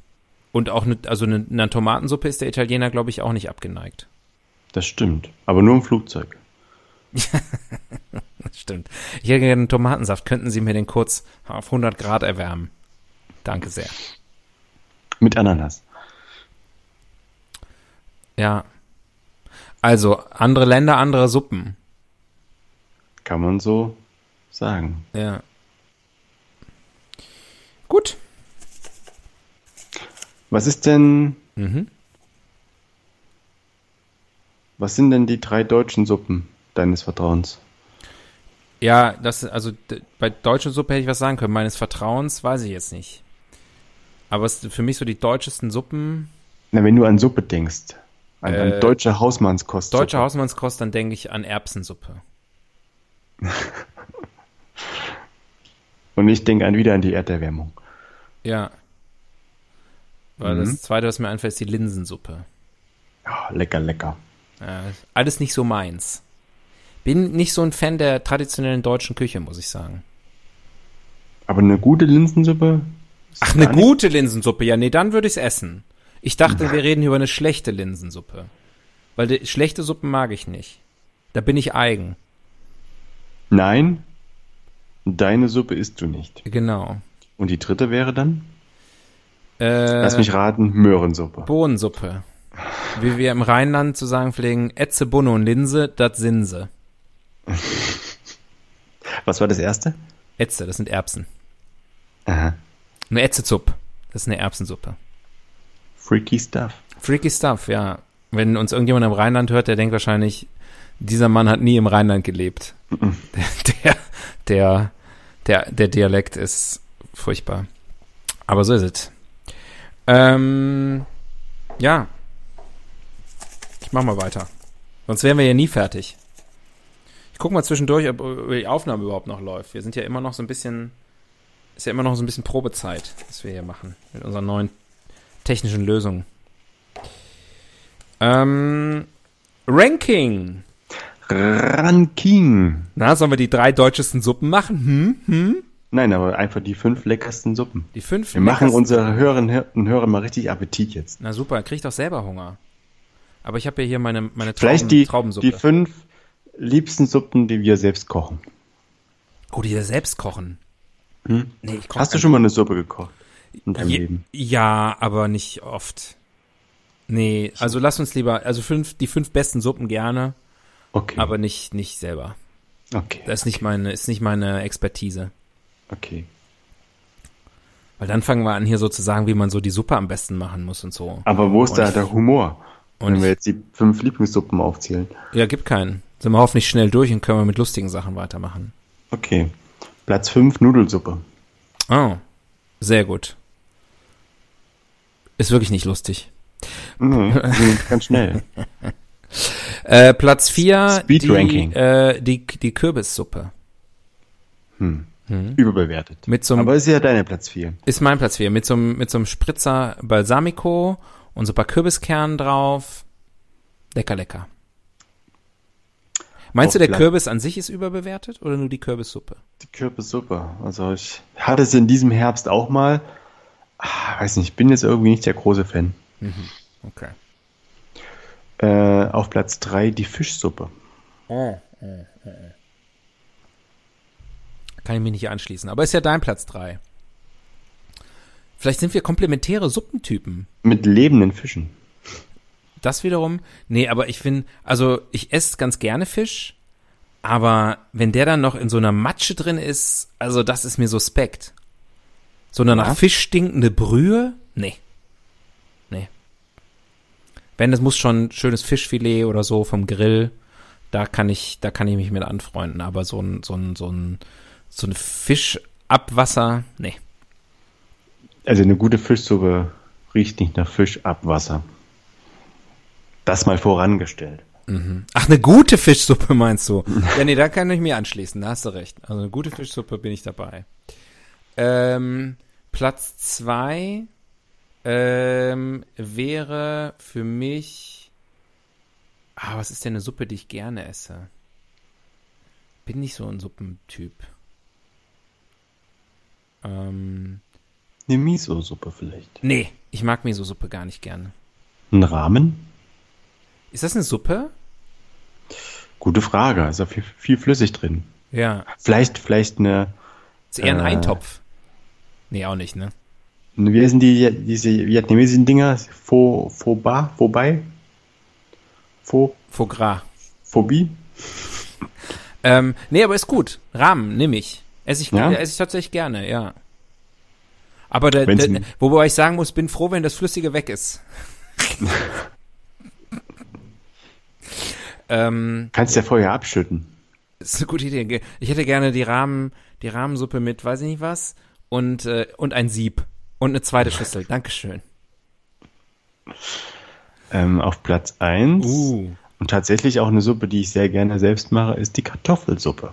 Speaker 1: Und auch, ne, also eine ne Tomatensuppe ist der Italiener, glaube ich, auch nicht abgeneigt.
Speaker 2: Das stimmt. Aber nur im Flugzeug.
Speaker 1: Das stimmt. Ich hätte gerne einen Tomatensaft. Könnten Sie mir den kurz auf 100 Grad erwärmen? Danke sehr.
Speaker 2: Mit Ananas.
Speaker 1: Ja. Also, andere Länder, andere Suppen.
Speaker 2: Kann man so sagen.
Speaker 1: Ja. Gut.
Speaker 2: Was ist denn.
Speaker 1: Mhm.
Speaker 2: Was sind denn die drei deutschen Suppen deines Vertrauens?
Speaker 1: Ja, das, also, d- bei deutscher Suppe hätte ich was sagen können. Meines Vertrauens weiß ich jetzt nicht. Aber es sind für mich so die deutschesten Suppen.
Speaker 2: Na, wenn du an Suppe denkst. An,
Speaker 1: Äh,
Speaker 2: an deutsche Hausmannskost.
Speaker 1: Deutsche Hausmannskost, dann denke ich an Erbsensuppe.
Speaker 2: Und ich denke an, wieder an die Erderwärmung.
Speaker 1: Ja. Weil das zweite, was mir einfällt, ist die Linsensuppe.
Speaker 2: Ja, lecker, lecker.
Speaker 1: Äh, alles nicht so meins. Bin nicht so ein Fan der traditionellen deutschen Küche, muss ich sagen.
Speaker 2: Aber eine gute Linsensuppe? ist
Speaker 1: Ach, eine
Speaker 2: gar nicht-
Speaker 1: gute Linsensuppe. Ja, nee, dann würde ich's essen. Ich dachte, wir reden hier über eine schlechte Linsensuppe. Weil die, schlechte Suppen mag ich nicht. Da bin ich eigen.
Speaker 2: Nein, deine Suppe isst du nicht.
Speaker 1: Genau.
Speaker 2: Und die dritte wäre dann?
Speaker 1: Äh,
Speaker 2: Lass mich raten, Möhrensuppe.
Speaker 1: Bohnensuppe. Wie wir im Rheinland zu sagen pflegen, Etze, Bunne und Linse, das Sinse.
Speaker 2: Was war das erste?
Speaker 1: Etze, das sind Erbsen.
Speaker 2: Aha.
Speaker 1: Eine Etzezupp, das ist eine Erbsensuppe.
Speaker 2: Freaky Stuff.
Speaker 1: Freaky Stuff, ja. Wenn uns irgendjemand im Rheinland hört, der denkt wahrscheinlich, dieser Mann hat nie im Rheinland gelebt. Der, der, der, der Dialekt ist furchtbar. Aber so ist es. Ähm, ja. Ich mach mal weiter. Sonst wären wir ja nie fertig. Ich guck mal zwischendurch, ob ob die Aufnahme überhaupt noch läuft. Wir sind ja immer noch so ein bisschen, ist ja immer noch so ein bisschen Probezeit, was wir hier machen mit unserer neuen technischen Lösung. Ähm, Ranking.
Speaker 2: Ranking.
Speaker 1: Na, sollen wir die drei deutschesten Suppen machen? Hm? Hm?
Speaker 2: Nein, aber einfach die fünf leckersten Suppen.
Speaker 1: Die fünf.
Speaker 2: Wir machen
Speaker 1: leckersten-
Speaker 2: unsere Hörerinnen und Hörer mal richtig Appetit jetzt.
Speaker 1: Na super, krieg doch selber Hunger. Aber ich habe ja hier meine, meine Trauben,
Speaker 2: Vielleicht die,
Speaker 1: Traubensuppe.
Speaker 2: die fünf liebsten Suppen, die wir selbst kochen.
Speaker 1: oh, die wir selbst kochen. Nee, ich koche
Speaker 2: Hm? Hast du schon mal eine Suppe gekocht? In deinem
Speaker 1: Je,
Speaker 2: Leben.
Speaker 1: ja, aber nicht oft. Nee, also lass uns lieber, also fünf, die fünf besten Suppen gerne,
Speaker 2: Okay.
Speaker 1: aber nicht, nicht selber.
Speaker 2: okay.
Speaker 1: Das ist nicht meine, ist nicht meine Expertise.
Speaker 2: Okay.
Speaker 1: Weil dann fangen wir an, hier so zu sagen, wie man so die Suppe am besten machen muss und so.
Speaker 2: Aber wo ist
Speaker 1: Und
Speaker 2: da
Speaker 1: ich-
Speaker 2: der Humor?
Speaker 1: und
Speaker 2: wenn wir
Speaker 1: ich-
Speaker 2: jetzt die fünf Lieblingssuppen aufzählen.
Speaker 1: Ja, gibt keinen. Sind wir hoffentlich schnell durch und können wir mit lustigen Sachen weitermachen.
Speaker 2: Okay. Platz fünf Nudelsuppe.
Speaker 1: Oh, sehr gut. Ist wirklich nicht lustig.
Speaker 2: Mhm. Ganz schnell.
Speaker 1: Äh, Platz 4,
Speaker 2: Speed
Speaker 1: die,
Speaker 2: Ranking.
Speaker 1: äh, die, die Kürbissuppe. Mhm.
Speaker 2: Überbewertet.
Speaker 1: Mit so einem-
Speaker 2: Aber ist ja deiner Platz vier.
Speaker 1: Ist mein Platz 4. Mit so, einem- mit so einem Spritzer Balsamico und so ein paar Kürbiskernen drauf. Lecker, lecker. Meinst
Speaker 2: Auf
Speaker 1: du, der
Speaker 2: Platz-
Speaker 1: Kürbis an sich ist überbewertet oder nur die Kürbissuppe?
Speaker 2: Die Kürbissuppe. Also ich hatte es in diesem Herbst auch mal. Ah, weiß nicht, ich bin jetzt irgendwie nicht der große Fan.
Speaker 1: Okay.
Speaker 2: Äh, auf Platz 3 die Fischsuppe.
Speaker 1: Oh, Kann ich mich nicht anschließen. Aber ist ja dein Platz 3. Vielleicht sind wir komplementäre Suppentypen.
Speaker 2: Mit lebenden Fischen.
Speaker 1: Das wiederum, nee, aber ich finde, also ich esse ganz gerne Fisch, aber wenn der dann noch in so einer Matsche drin ist, also das ist mir suspekt. So eine nach Fisch stinkende Brühe? Nee. Nee. Wenn, das muss schon schönes Fischfilet oder so vom Grill, da kann ich, da kann ich mich mit anfreunden, aber so ein, so ein, so ein, so ein Fischabwasser, nee.
Speaker 2: Also eine gute Fischsuppe riecht nicht nach Fisch ab Wasser. Das mal vorangestellt.
Speaker 1: Ach, eine gute Fischsuppe meinst du? Ja, nee, da kann ich mir anschließen, da hast du recht. Also eine gute Fischsuppe bin ich dabei. Ähm, Platz zwei ähm, wäre für mich. Ah, was ist denn eine Suppe, die ich gerne esse? Bin nicht so ein Suppentyp. Ähm,
Speaker 2: Eine Miso-Suppe vielleicht.
Speaker 1: nee, ich mag Miso-Suppe gar nicht gerne.
Speaker 2: Ein Rahmen?
Speaker 1: Ist das eine Suppe?
Speaker 2: Gute Frage. Ist da viel, viel flüssig drin.
Speaker 1: Ja.
Speaker 2: Vielleicht, vielleicht eine,
Speaker 1: Ist eher ein
Speaker 2: Äh.
Speaker 1: Eintopf. Nee, auch nicht, ne?
Speaker 2: eine wie heißen die, diese vietnamesischen Dinger? Fo, fo ba, vorbei? Fo,
Speaker 1: Faux gras.
Speaker 2: phobie?
Speaker 1: Ähm, nee, aber ist gut. Rahmen nehme ich. Esse ich,
Speaker 2: Ja?
Speaker 1: esse ich tatsächlich gerne, ja. Aber der,
Speaker 2: Wenn's
Speaker 1: der,
Speaker 2: ein-
Speaker 1: wobei ich sagen muss, bin froh, wenn das Flüssige weg ist. ähm,
Speaker 2: Kannst ja vorher abschütten.
Speaker 1: ist eine gute Idee. Ich hätte gerne die Rahmen, die Rahmensuppe mit, weiß ich nicht was, und, äh, und ein Sieb. Und eine zweite Schüssel. Dankeschön.
Speaker 2: Ähm, auf Platz 1.
Speaker 1: Uh.
Speaker 2: Und tatsächlich auch eine Suppe, die ich sehr gerne selbst mache, ist die Kartoffelsuppe.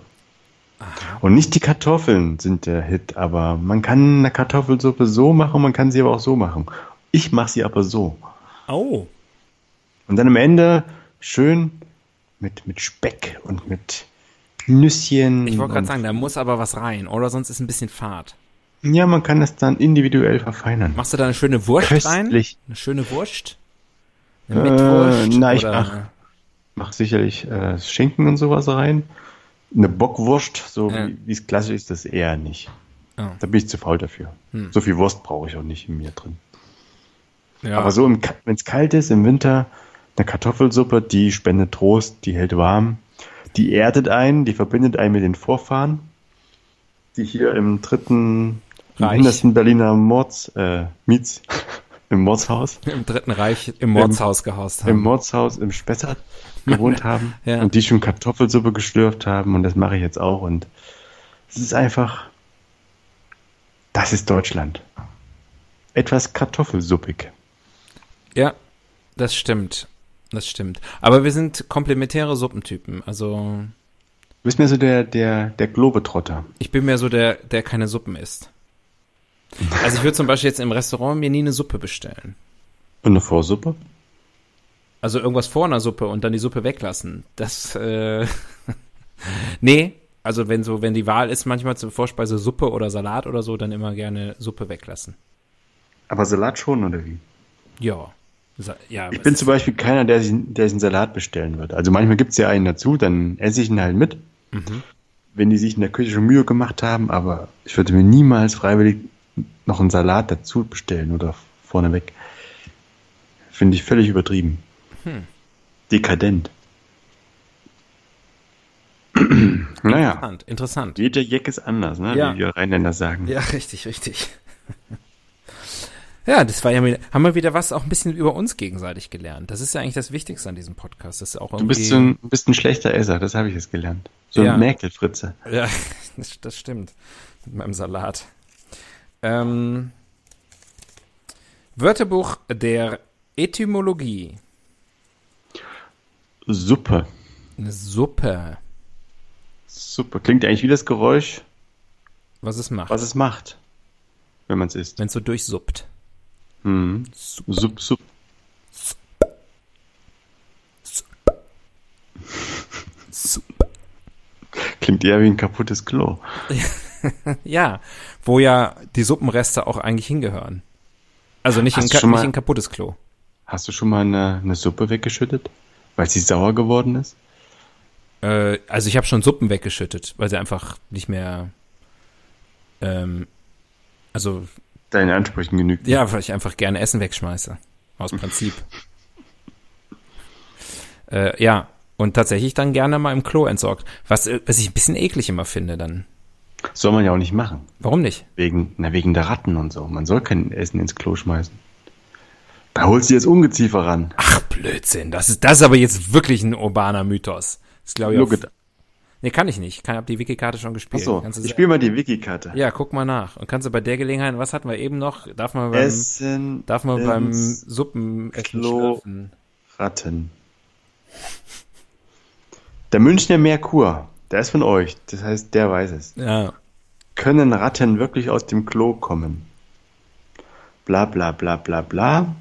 Speaker 2: Und nicht die Kartoffeln sind der Hit, aber man kann eine Kartoffelsuppe so machen, man kann sie aber auch so machen. Ich mache sie aber so.
Speaker 1: Oh.
Speaker 2: Und dann am Ende schön mit, mit Speck und mit Nüsschen.
Speaker 1: Ich wollte gerade
Speaker 2: und-
Speaker 1: sagen, da muss aber was rein, oder sonst ist ein bisschen fad.
Speaker 2: Ja, man kann das dann individuell verfeinern.
Speaker 1: Machst du da eine schöne Wurst
Speaker 2: Köstlich.
Speaker 1: rein? Eine schöne Wurst? Eine
Speaker 2: Äh,
Speaker 1: Mettwurst?
Speaker 2: na, ich
Speaker 1: oder-
Speaker 2: mach- Mach sicherlich äh, Schinken und sowas rein. Eine Bockwurst, so
Speaker 1: Ja.
Speaker 2: wie es klassisch ist, das eher nicht.
Speaker 1: Ah.
Speaker 2: Da bin ich zu faul dafür.
Speaker 1: Hm.
Speaker 2: So viel Wurst brauche ich auch nicht in mir drin.
Speaker 1: Ja.
Speaker 2: Aber so, wenn es kalt ist im Winter, eine Kartoffelsuppe, die spendet Trost, die hält warm, die erdet einen, die verbindet einen mit den Vorfahren, die hier im dritten, im
Speaker 1: Reich.
Speaker 2: hintersten Berliner Mords, äh, Mietz, im Mordshaus,
Speaker 1: Im Dritten Reich im Mordshaus gehaust haben.
Speaker 2: im Mordshaus, im Spessart gewohnt haben
Speaker 1: Ja.
Speaker 2: und die schon Kartoffelsuppe geschlürft haben und das mache ich jetzt auch und es ist einfach, das ist Deutschland. Etwas kartoffelsuppig.
Speaker 1: Ja, das stimmt. Das stimmt. Aber wir sind komplementäre Suppentypen. Also
Speaker 2: Du bist mir so der, der, der Globetrotter.
Speaker 1: ich bin mehr so der, der keine Suppen isst. Also ich würde zum Beispiel jetzt im Restaurant mir nie eine Suppe bestellen.
Speaker 2: Und eine Vorsuppe?
Speaker 1: Also irgendwas vor einer Suppe und dann die Suppe weglassen. Das, äh, nee. Also wenn so, wenn die Wahl ist, manchmal zur Vorspeise Suppe oder Salat oder so, dann immer gerne Suppe weglassen.
Speaker 2: Aber Salat schon, oder wie?
Speaker 1: Ja. Sa- Ja,
Speaker 2: Ich
Speaker 1: was
Speaker 2: bin
Speaker 1: ist-
Speaker 2: zum Beispiel keiner, der sich, der sich einen Salat bestellen wird. Also manchmal gibt's ja einen dazu, dann esse ich ihn halt mit.
Speaker 1: Mhm.
Speaker 2: Wenn die sich in der Küche schon Mühe gemacht haben, aber ich würde mir niemals freiwillig noch einen Salat dazu bestellen oder vorneweg. Finde ich völlig übertrieben.
Speaker 1: Hm.
Speaker 2: Dekadent. naja,
Speaker 1: interessant. interessant.
Speaker 2: jeder Jeck ist anders, ne?
Speaker 1: Ah. Ja.
Speaker 2: wie wir Rheinländer sagen.
Speaker 1: Ja, richtig, richtig. Ja, das war ja wieder, haben wir wieder was auch ein bisschen über uns gegenseitig gelernt. Das ist ja eigentlich das Wichtigste an diesem Podcast. Das ist auch
Speaker 2: Du bist so ein, bist ein schlechter Esser, das habe ich jetzt gelernt. So
Speaker 1: Ja.
Speaker 2: ein Merkel-Fritze.
Speaker 1: Ja, das, das stimmt. Mit meinem Salat. Ähm, Wörterbuch der Etymologie.
Speaker 2: Suppe.
Speaker 1: Eine Suppe.
Speaker 2: Super. Klingt eigentlich wie das Geräusch,
Speaker 1: Was es macht,
Speaker 2: was es macht, wenn man es isst.
Speaker 1: wenn es so durchsuppt.
Speaker 2: Mhm. Sup, sup. Klingt eher wie ein kaputtes Klo.
Speaker 1: Ja, wo ja die Suppenreste auch eigentlich hingehören. Also nicht,
Speaker 2: Hast
Speaker 1: in,
Speaker 2: du
Speaker 1: ka-
Speaker 2: schon mal-
Speaker 1: nicht in kaputtes Klo.
Speaker 2: Hast du schon mal eine, eine Suppe weggeschüttet, weil sie sauer geworden ist?
Speaker 1: Äh, also ich habe schon Suppen weggeschüttet, weil sie einfach nicht mehr. Ähm, also
Speaker 2: Deinen Ansprüchen genügt.
Speaker 1: ja, weil ich einfach gerne Essen wegschmeiße. Aus Prinzip. äh, ja, und tatsächlich dann gerne mal im Klo entsorgt. Was, äh, was ich ein bisschen eklig immer finde dann.
Speaker 2: Soll man ja auch nicht machen.
Speaker 1: Warum nicht?
Speaker 2: Wegen, na, wegen der Ratten und so. Man soll kein Essen ins Klo schmeißen. Da holst du jetzt Ungeziefer ran.
Speaker 1: Ach, Blödsinn. Das ist, das ist aber jetzt wirklich ein urbaner Mythos. Das glaube ich
Speaker 2: Look
Speaker 1: auch.
Speaker 2: it.
Speaker 1: Nee, kann ich nicht. Ich habe die Wikikarte schon gespielt.
Speaker 2: Achso,
Speaker 1: Kannst du
Speaker 2: ich
Speaker 1: se-
Speaker 2: spiele mal die Wiki-Karte.
Speaker 1: ja, guck mal nach. Und kannst du bei der Gelegenheit, was hatten wir eben noch? Darf man beim,
Speaker 2: Essen.
Speaker 1: ähm, Darf man beim
Speaker 2: ins
Speaker 1: Suppen essen
Speaker 2: Klo.
Speaker 1: schlürfen?
Speaker 2: Ratten. Der Münchner Merkur, der ist von euch, das heißt, der weiß es.
Speaker 1: Ja.
Speaker 2: Können Ratten wirklich aus dem Klo kommen? Bla bla bla bla bla.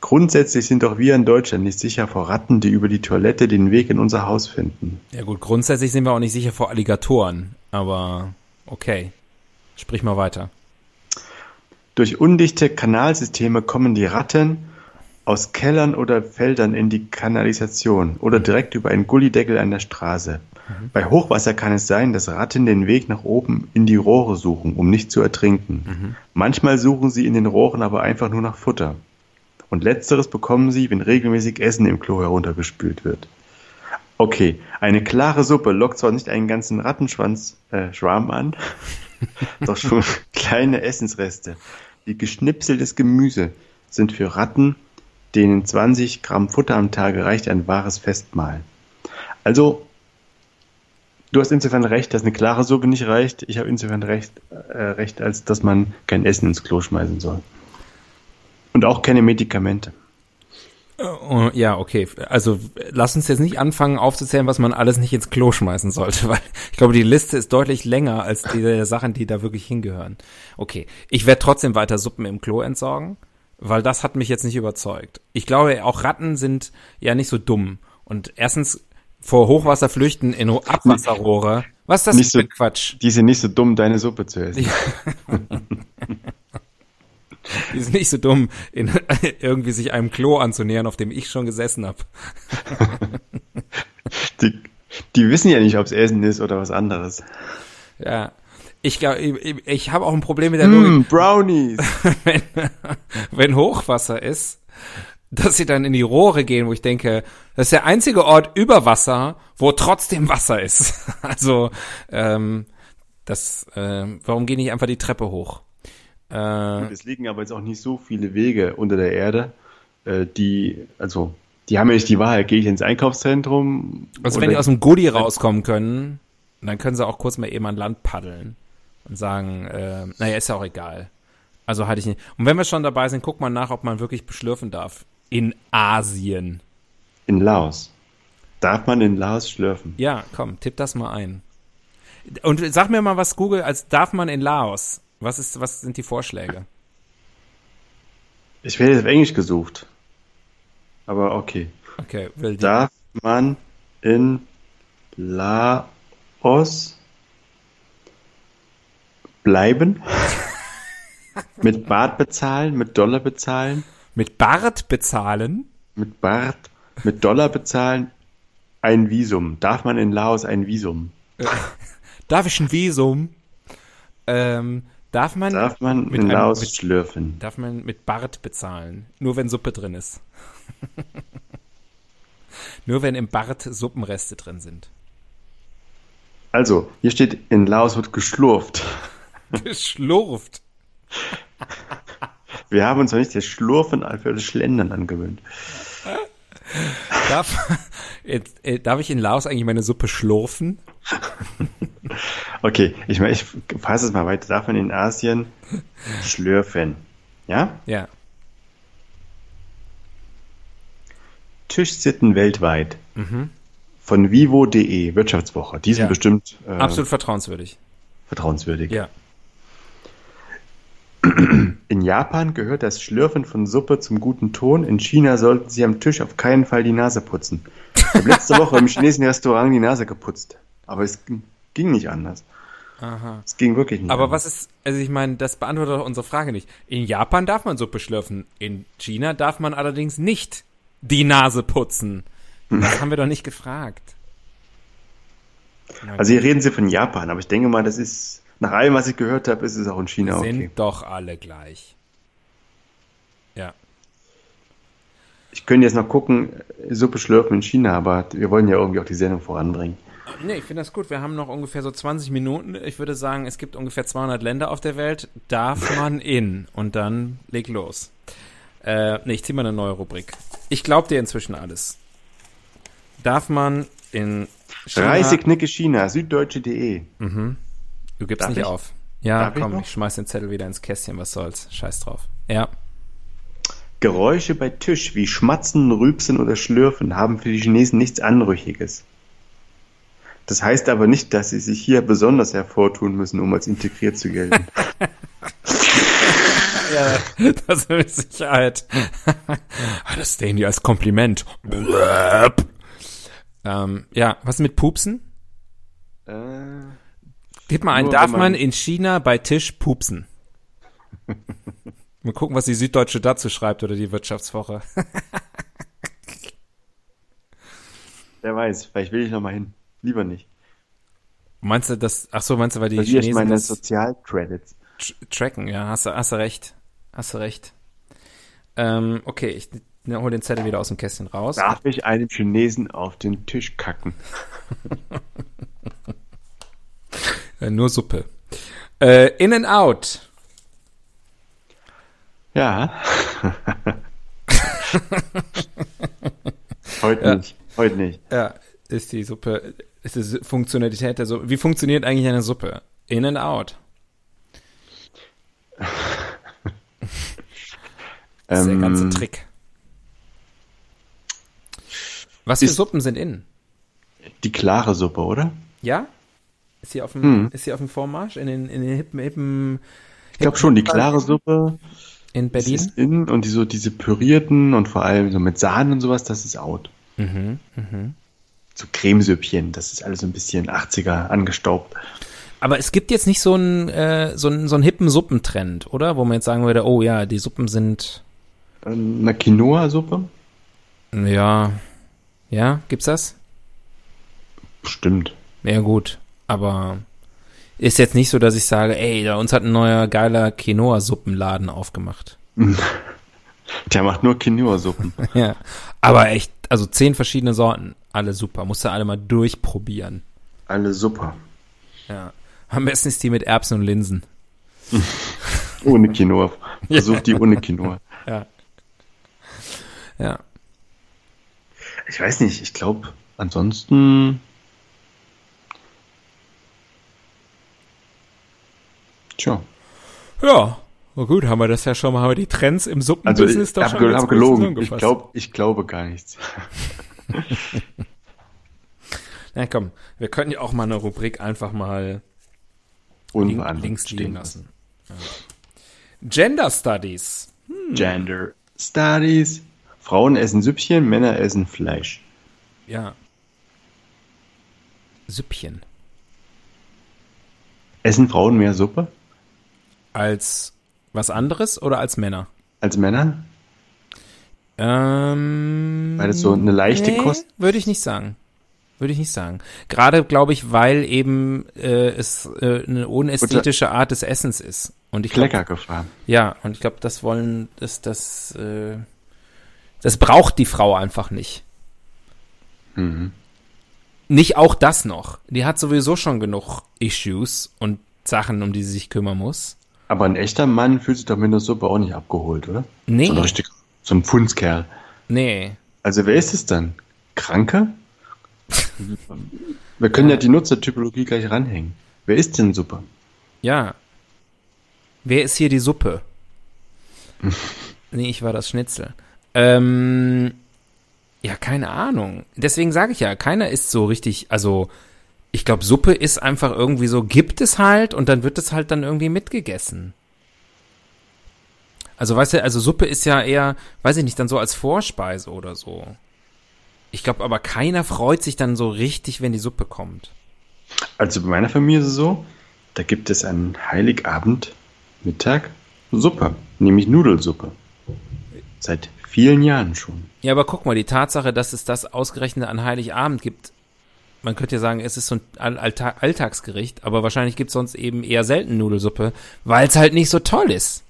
Speaker 2: Grundsätzlich sind auch wir in Deutschland nicht sicher vor Ratten, die über die Toilette den Weg in unser Haus finden.
Speaker 1: ja gut, grundsätzlich sind wir auch nicht sicher vor Alligatoren, aber okay. Sprich mal weiter.
Speaker 2: Durch undichte Kanalsysteme kommen die Ratten aus Kellern oder Feldern in die Kanalisation oder direkt über einen Gullideckel an der Straße. Bei Hochwasser kann es sein, dass Ratten den Weg nach oben in die Rohre suchen, um nicht zu ertrinken. Manchmal suchen sie in den Rohren aber einfach nur nach Futter. Und letzteres bekommen sie, wenn regelmäßig Essen im Klo heruntergespült wird. Okay, eine klare Suppe lockt zwar nicht einen ganzen Rattenschwanz äh, Schwarm an, doch schon kleine Essensreste. Wie geschnipseltes Gemüse sind für Ratten, denen 20 Gramm Futter am Tag reicht, ein wahres Festmahl. Also, du hast insofern recht, dass eine klare Suppe nicht reicht. Ich habe insofern recht, äh, recht, als dass man kein Essen ins Klo schmeißen soll. Und auch keine Medikamente.
Speaker 1: Äh, Ja, okay. Also lass uns jetzt nicht anfangen aufzuzählen, was man alles nicht ins Klo schmeißen sollte, weil ich glaube, die Liste ist deutlich länger als die der Sachen, die da wirklich hingehören. Okay, ich werde trotzdem weiter Suppen im Klo entsorgen, weil das hat mich jetzt nicht überzeugt. Ich glaube, auch Ratten sind ja nicht so dumm. Und erstens vor Hochwasser flüchten in Ho- Abwasserrohre. Was ist das
Speaker 2: Nicht
Speaker 1: für
Speaker 2: so-
Speaker 1: Quatsch?
Speaker 2: Die sind nicht so dumm, deine Suppe zu essen.
Speaker 1: Die sind nicht so dumm, in, irgendwie sich einem Klo anzunähern, auf dem ich schon gesessen habe.
Speaker 2: Die, die wissen ja nicht, ob es Essen ist oder was anderes.
Speaker 1: Ja. Ich glaube, ich, ich habe auch ein Problem mit der Logik.
Speaker 2: Mm, Brownies!
Speaker 1: wenn, wenn Hochwasser ist, dass sie dann in die Rohre gehen, wo ich denke, das ist der einzige Ort über Wasser, wo trotzdem Wasser ist. Also, ähm, das, ähm, warum gehen nicht einfach die Treppe hoch? Äh,
Speaker 2: Gut, es liegen aber jetzt auch nicht so viele Wege unter der Erde, äh, die, also, die haben ja nicht die Wahl. Gehe ich ins Einkaufszentrum?
Speaker 1: also
Speaker 2: oder-
Speaker 1: wenn die aus dem Godi rauskommen können, dann können sie auch kurz mal eben an Land paddeln und sagen, äh, naja, ist ja auch egal. Also halte ich nicht. Und wenn wir schon dabei sind, guck mal nach, ob man wirklich beschlürfen darf. In Asien.
Speaker 2: in Laos. Darf man in Laos schlürfen?
Speaker 1: Ja, komm, tipp das mal ein. Und sag mir mal was, Google, als darf man in Laos? Was ist, was sind die Vorschläge?
Speaker 2: Ich werde jetzt auf Englisch gesucht. Aber okay.
Speaker 1: Okay, will die.
Speaker 2: Darf man in Laos bleiben? mit Bart bezahlen, mit Dollar bezahlen,
Speaker 1: Mit Bart bezahlen?
Speaker 2: mit Bart, mit Dollar bezahlen, ein Visum. Darf man in Laos ein Visum?
Speaker 1: Darf ich ein Visum? Ähm, darf man,
Speaker 2: Darf man
Speaker 1: Mit
Speaker 2: in
Speaker 1: einem-
Speaker 2: Laos
Speaker 1: mit-
Speaker 2: schlürfen?
Speaker 1: darf man mit Bart bezahlen? Nur wenn Suppe drin ist. Nur wenn im Bart Suppenreste drin sind.
Speaker 2: Also, hier steht, in Laos wird geschlurft.
Speaker 1: Geschlurft.
Speaker 2: Wir haben uns noch nicht das Schlurfen für das Schlendern angewöhnt.
Speaker 1: Darf, jetzt, äh, darf ich in Laos eigentlich meine Suppe schlurfen?
Speaker 2: Okay, ich, mein, ich fasse es mal weiter. Darf man in Asien schlürfen? Ja?
Speaker 1: Ja.
Speaker 2: Tischsitten weltweit. Von vivo.de, Wirtschaftswoche. Die sind
Speaker 1: Mhm. Ja.
Speaker 2: bestimmt äh,
Speaker 1: Absolut vertrauenswürdig.
Speaker 2: vertrauenswürdig.
Speaker 1: Ja.
Speaker 2: In Japan gehört das Schlürfen von Suppe zum guten Ton. In China sollten Sie am Tisch auf keinen Fall die Nase putzen. Ich habe letzte Woche im chinesischen Restaurant die Nase geputzt. Aber es ging- ging nicht anders. Aha. Es ging wirklich nicht
Speaker 1: Aber
Speaker 2: anders.
Speaker 1: was ist, also ich meine, das beantwortet doch unsere Frage nicht. In Japan darf man Suppe schlürfen, in China darf man allerdings nicht die Nase putzen. Das haben wir doch nicht gefragt.
Speaker 2: Also hier reden Sie von Japan, aber ich denke mal, das ist, nach allem, was ich gehört habe, ist es auch in China okay.
Speaker 1: Sind doch alle gleich. Ja.
Speaker 2: Ich könnte jetzt noch gucken, Suppe schlürfen in China, aber wir wollen ja irgendwie auch die Sendung voranbringen.
Speaker 1: Nee, ich finde das gut. Wir haben noch ungefähr so 20 Minuten. Ich würde sagen, es gibt ungefähr 200 Länder auf der Welt. Darf man in? Und dann leg los. Äh, nee, ich ziehe mal eine neue Rubrik. Ich glaube dir inzwischen alles. Darf man in China...
Speaker 2: Reise Knicke China, süddeutsche.de.
Speaker 1: Du gibst
Speaker 2: Darf
Speaker 1: nicht
Speaker 2: ich?
Speaker 1: auf. Ja,
Speaker 2: Darf ich
Speaker 1: komm,
Speaker 2: noch?
Speaker 1: ich, schmeiß den Zettel wieder ins Kästchen, was soll's. Scheiß drauf. Ja.
Speaker 2: Geräusche bei Tisch wie Schmatzen, Rübsen oder Schlürfen haben für die Chinesen nichts Anrüchiges. Das heißt aber nicht, dass sie sich hier besonders hervortun müssen, um als integriert zu gelten.
Speaker 1: Das ist mit Sicherheit. Das sehen die als Kompliment. Blöp. Ähm, ja, was mit Pupsen?
Speaker 2: äh,
Speaker 1: Gib mal ein,
Speaker 2: Nur
Speaker 1: darf
Speaker 2: wenn man-
Speaker 1: man in China bei Tisch pupsen? Mal gucken, was die Süddeutsche dazu schreibt oder die Wirtschaftswoche.
Speaker 2: wer weiß, vielleicht will ich noch mal hin. Lieber nicht.
Speaker 1: Meinst du das, ach so, meinst du, weil die
Speaker 2: Verliere ich
Speaker 1: Chinesen
Speaker 2: meine
Speaker 1: das
Speaker 2: Sozialcredits.
Speaker 1: tr tracken? Ja, hast du, hast du recht. Hast du recht. Ähm, okay, ich ne, hol den Zettel wieder aus dem Kästchen raus.
Speaker 2: Darf ich einem Chinesen auf den Tisch kacken?
Speaker 1: Äh, nur Suppe. Äh, in and out.
Speaker 2: Ja. Heute nicht. Heute nicht.
Speaker 1: Ja, ist die Suppe, ist die Funktionalität der Suppe. Wie funktioniert eigentlich eine Suppe? In and out.
Speaker 2: Ähm,
Speaker 1: Das ist der ganze
Speaker 2: Ähm,
Speaker 1: Trick. Was für
Speaker 2: ist-
Speaker 1: Suppen sind in?
Speaker 2: die klare Suppe, oder?
Speaker 1: Ja? Ist sie auf dem, ist sie auf dem Vormarsch in den, in den hippen, hippen,
Speaker 2: Hm. Ich glaube schon, die klare Suppe
Speaker 1: in
Speaker 2: das
Speaker 1: Berlin?
Speaker 2: ist in und die, so diese pürierten und vor allem so mit Sahne und sowas, das ist out.
Speaker 1: Mhm,
Speaker 2: So Cremesüppchen, das ist alles so ein bisschen 80er angestaubt.
Speaker 1: Aber es gibt jetzt nicht so einen, äh, so einen, so einen hippen Suppentrend, oder? Wo man jetzt sagen würde, oh ja, die Suppen sind,
Speaker 2: Ähm, Eine Quinoa-Suppe?
Speaker 1: ja, ja, gibt's das?
Speaker 2: Bestimmt.
Speaker 1: Ja, gut. Aber ist jetzt nicht so, dass ich sage, ey, da uns hat ein neuer geiler Quinoa-Suppenladen aufgemacht.
Speaker 2: Der macht nur Quinoa-Suppen.
Speaker 1: Ja. Aber echt, also zehn verschiedene Sorten. Alle super. Musst du alle mal durchprobieren.
Speaker 2: Alle super.
Speaker 1: Ja. Am besten ist die mit Erbsen und Linsen.
Speaker 2: Ohne Quinoa. Versuch die ohne Quinoa.
Speaker 1: Ja. Ja.
Speaker 2: Ich weiß nicht, ich glaube, ansonsten. Tja.
Speaker 1: Ja. Oh gut, haben wir das ja schon mal, haben wir die Trends im
Speaker 2: Also ich
Speaker 1: Suppenbusiness doch
Speaker 2: habe
Speaker 1: schon
Speaker 2: gel
Speaker 1: ganz
Speaker 2: hab
Speaker 1: gut
Speaker 2: gelogen. Ich,
Speaker 1: zusammengefasst.
Speaker 2: glaub, ich glaube gar nichts.
Speaker 1: Na komm, wir können ja auch mal eine Rubrik einfach mal link,
Speaker 2: Unbeantwortet
Speaker 1: links liegen
Speaker 2: stehen
Speaker 1: lassen. Ja. Gender Studies.
Speaker 2: Gender Studies. Frauen essen Süppchen, Männer essen Fleisch.
Speaker 1: Ja. Süppchen.
Speaker 2: Essen Frauen mehr Suppe
Speaker 1: Als was anderes oder als Männer?
Speaker 2: als Männer?
Speaker 1: Ähm,
Speaker 2: Weil das so eine leichte Kost.
Speaker 1: Würde ich nicht sagen. Würde ich nicht sagen. Gerade glaube ich, weil eben äh, es äh, eine unästhetische Art des Essens ist. Und ich glaub,
Speaker 2: Kleckergefahr.
Speaker 1: ja, und ich glaube, das wollen, das, das, äh, das braucht die Frau einfach nicht.
Speaker 2: Mhm.
Speaker 1: Nicht auch das noch. Die hat sowieso schon genug Issues und Sachen, um die sie sich kümmern muss.
Speaker 2: Aber ein echter Mann fühlt sich doch mit der Suppe auch nicht abgeholt, oder?
Speaker 1: Nee.
Speaker 2: So ein richtig, so ein Pfundskerl.
Speaker 1: Nee.
Speaker 2: Also wer ist es dann? Kranke? Wir können ja die Nutzertypologie gleich ranhängen. Wer ist denn Suppe?
Speaker 1: Ja. Wer ist hier die Suppe? nee, ich war das Schnitzel. Ähm, ja, keine Ahnung. Deswegen sage ich ja, keiner ist so richtig, also ich glaube, Suppe ist einfach irgendwie so, gibt es halt und dann wird es halt dann irgendwie mitgegessen. Also weißt du, also Suppe ist ja eher, weiß ich nicht, dann so als Vorspeise oder so. Ich glaube aber keiner freut sich dann so richtig, wenn die Suppe kommt.
Speaker 2: Also bei meiner Familie ist es so, da gibt es einen Heiligabend, Mittag, Suppe, nämlich Nudelsuppe. Seit vielen Jahren schon.
Speaker 1: Ja, aber guck mal, die Tatsache, dass es das ausgerechnet an Heiligabend gibt, man könnte ja sagen, es ist so ein All- Allta Alltagsgericht, aber wahrscheinlich gibt's sonst eben eher selten Nudelsuppe, weil es halt nicht so toll ist.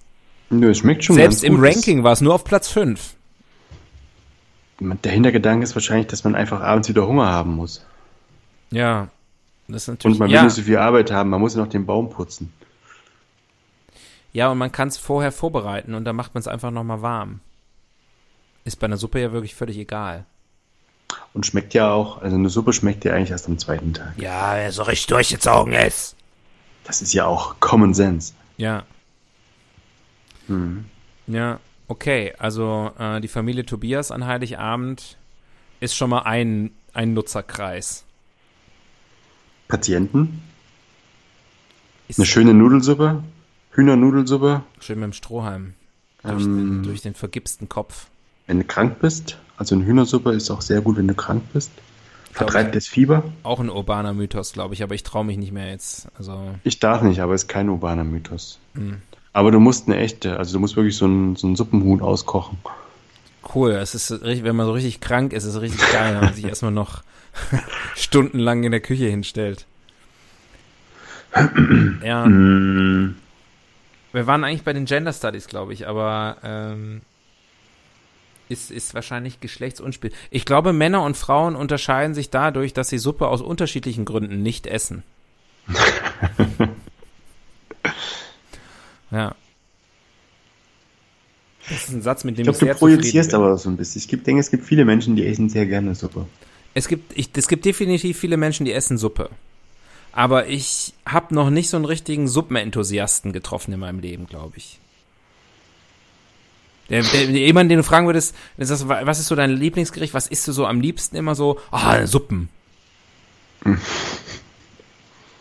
Speaker 2: Nö, es schmeckt schon
Speaker 1: Selbst
Speaker 2: ganz
Speaker 1: im
Speaker 2: gut.
Speaker 1: Ranking war es nur auf Platz 5.
Speaker 2: Das- Der Hintergedanke ist wahrscheinlich, dass man einfach abends wieder Hunger haben muss.
Speaker 1: Ja. Das ist natürlich,
Speaker 2: Und man will
Speaker 1: ja,
Speaker 2: nicht so viel Arbeit haben, man muss ja noch den Baum putzen.
Speaker 1: ja, und man kann's vorher vorbereiten und dann macht man's einfach nochmal warm. Ist bei einer Suppe ja wirklich völlig egal.
Speaker 2: Und schmeckt ja auch, also eine Suppe schmeckt ja eigentlich erst am zweiten Tag.
Speaker 1: Ja, wer so richtig durchgezogen ist.
Speaker 2: Das ist ja auch Common Sense.
Speaker 1: Ja. Ja, okay. Also äh, die Familie Tobias an Heiligabend ist schon mal ein, ein Nutzerkreis.
Speaker 2: Patienten,
Speaker 1: Ist
Speaker 2: eine schöne Nudelsuppe, Hühnernudelsuppe,
Speaker 1: schön mit dem Strohhalm. Durch, den, durch den vergipsten Kopf.
Speaker 2: wenn du krank bist. Also eine Hühnersuppe ist auch sehr gut, wenn du krank bist.
Speaker 1: ich.
Speaker 2: Vertreibt das Fieber.
Speaker 1: Auch ein urbaner Mythos, glaube ich, aber ich traue mich nicht mehr jetzt. Also,
Speaker 2: Ich darf nicht, aber ist kein urbaner Mythos.
Speaker 1: Mhm.
Speaker 2: Aber du musst eine echte, also du musst wirklich so einen, so einen Suppenhuhn auskochen.
Speaker 1: cool. Es ist richtig, wenn man so richtig krank ist, ist es richtig geil, wenn man sich erstmal noch stundenlang in der Küche hinstellt. ja. Mhm. Wir waren eigentlich bei den Gender Studies, glaube ich, aber ähm, ist, ist wahrscheinlich geschlechtsunspiel. Ich glaube, Männer und Frauen unterscheiden sich dadurch, dass sie Suppe aus unterschiedlichen Gründen nicht essen. ja. Das ist ein Satz, mit dem
Speaker 2: Ich
Speaker 1: ich,
Speaker 2: glaube,
Speaker 1: sehr
Speaker 2: du projizierst
Speaker 1: zufrieden bin.
Speaker 2: aber so ein bisschen. Ich gibt- denke, es gibt viele Menschen, die essen sehr gerne Suppe.
Speaker 1: Es gibt, ich, es gibt definitiv viele Menschen, die essen Suppe. Aber ich habe noch nicht so einen richtigen Suppenenthusiasten getroffen in meinem Leben, glaube ich. Der, der, jemand, den du fragen würdest, der sagt, wa- was ist so dein Lieblingsgericht? Was isst du so am liebsten immer so? Ah, Suppen.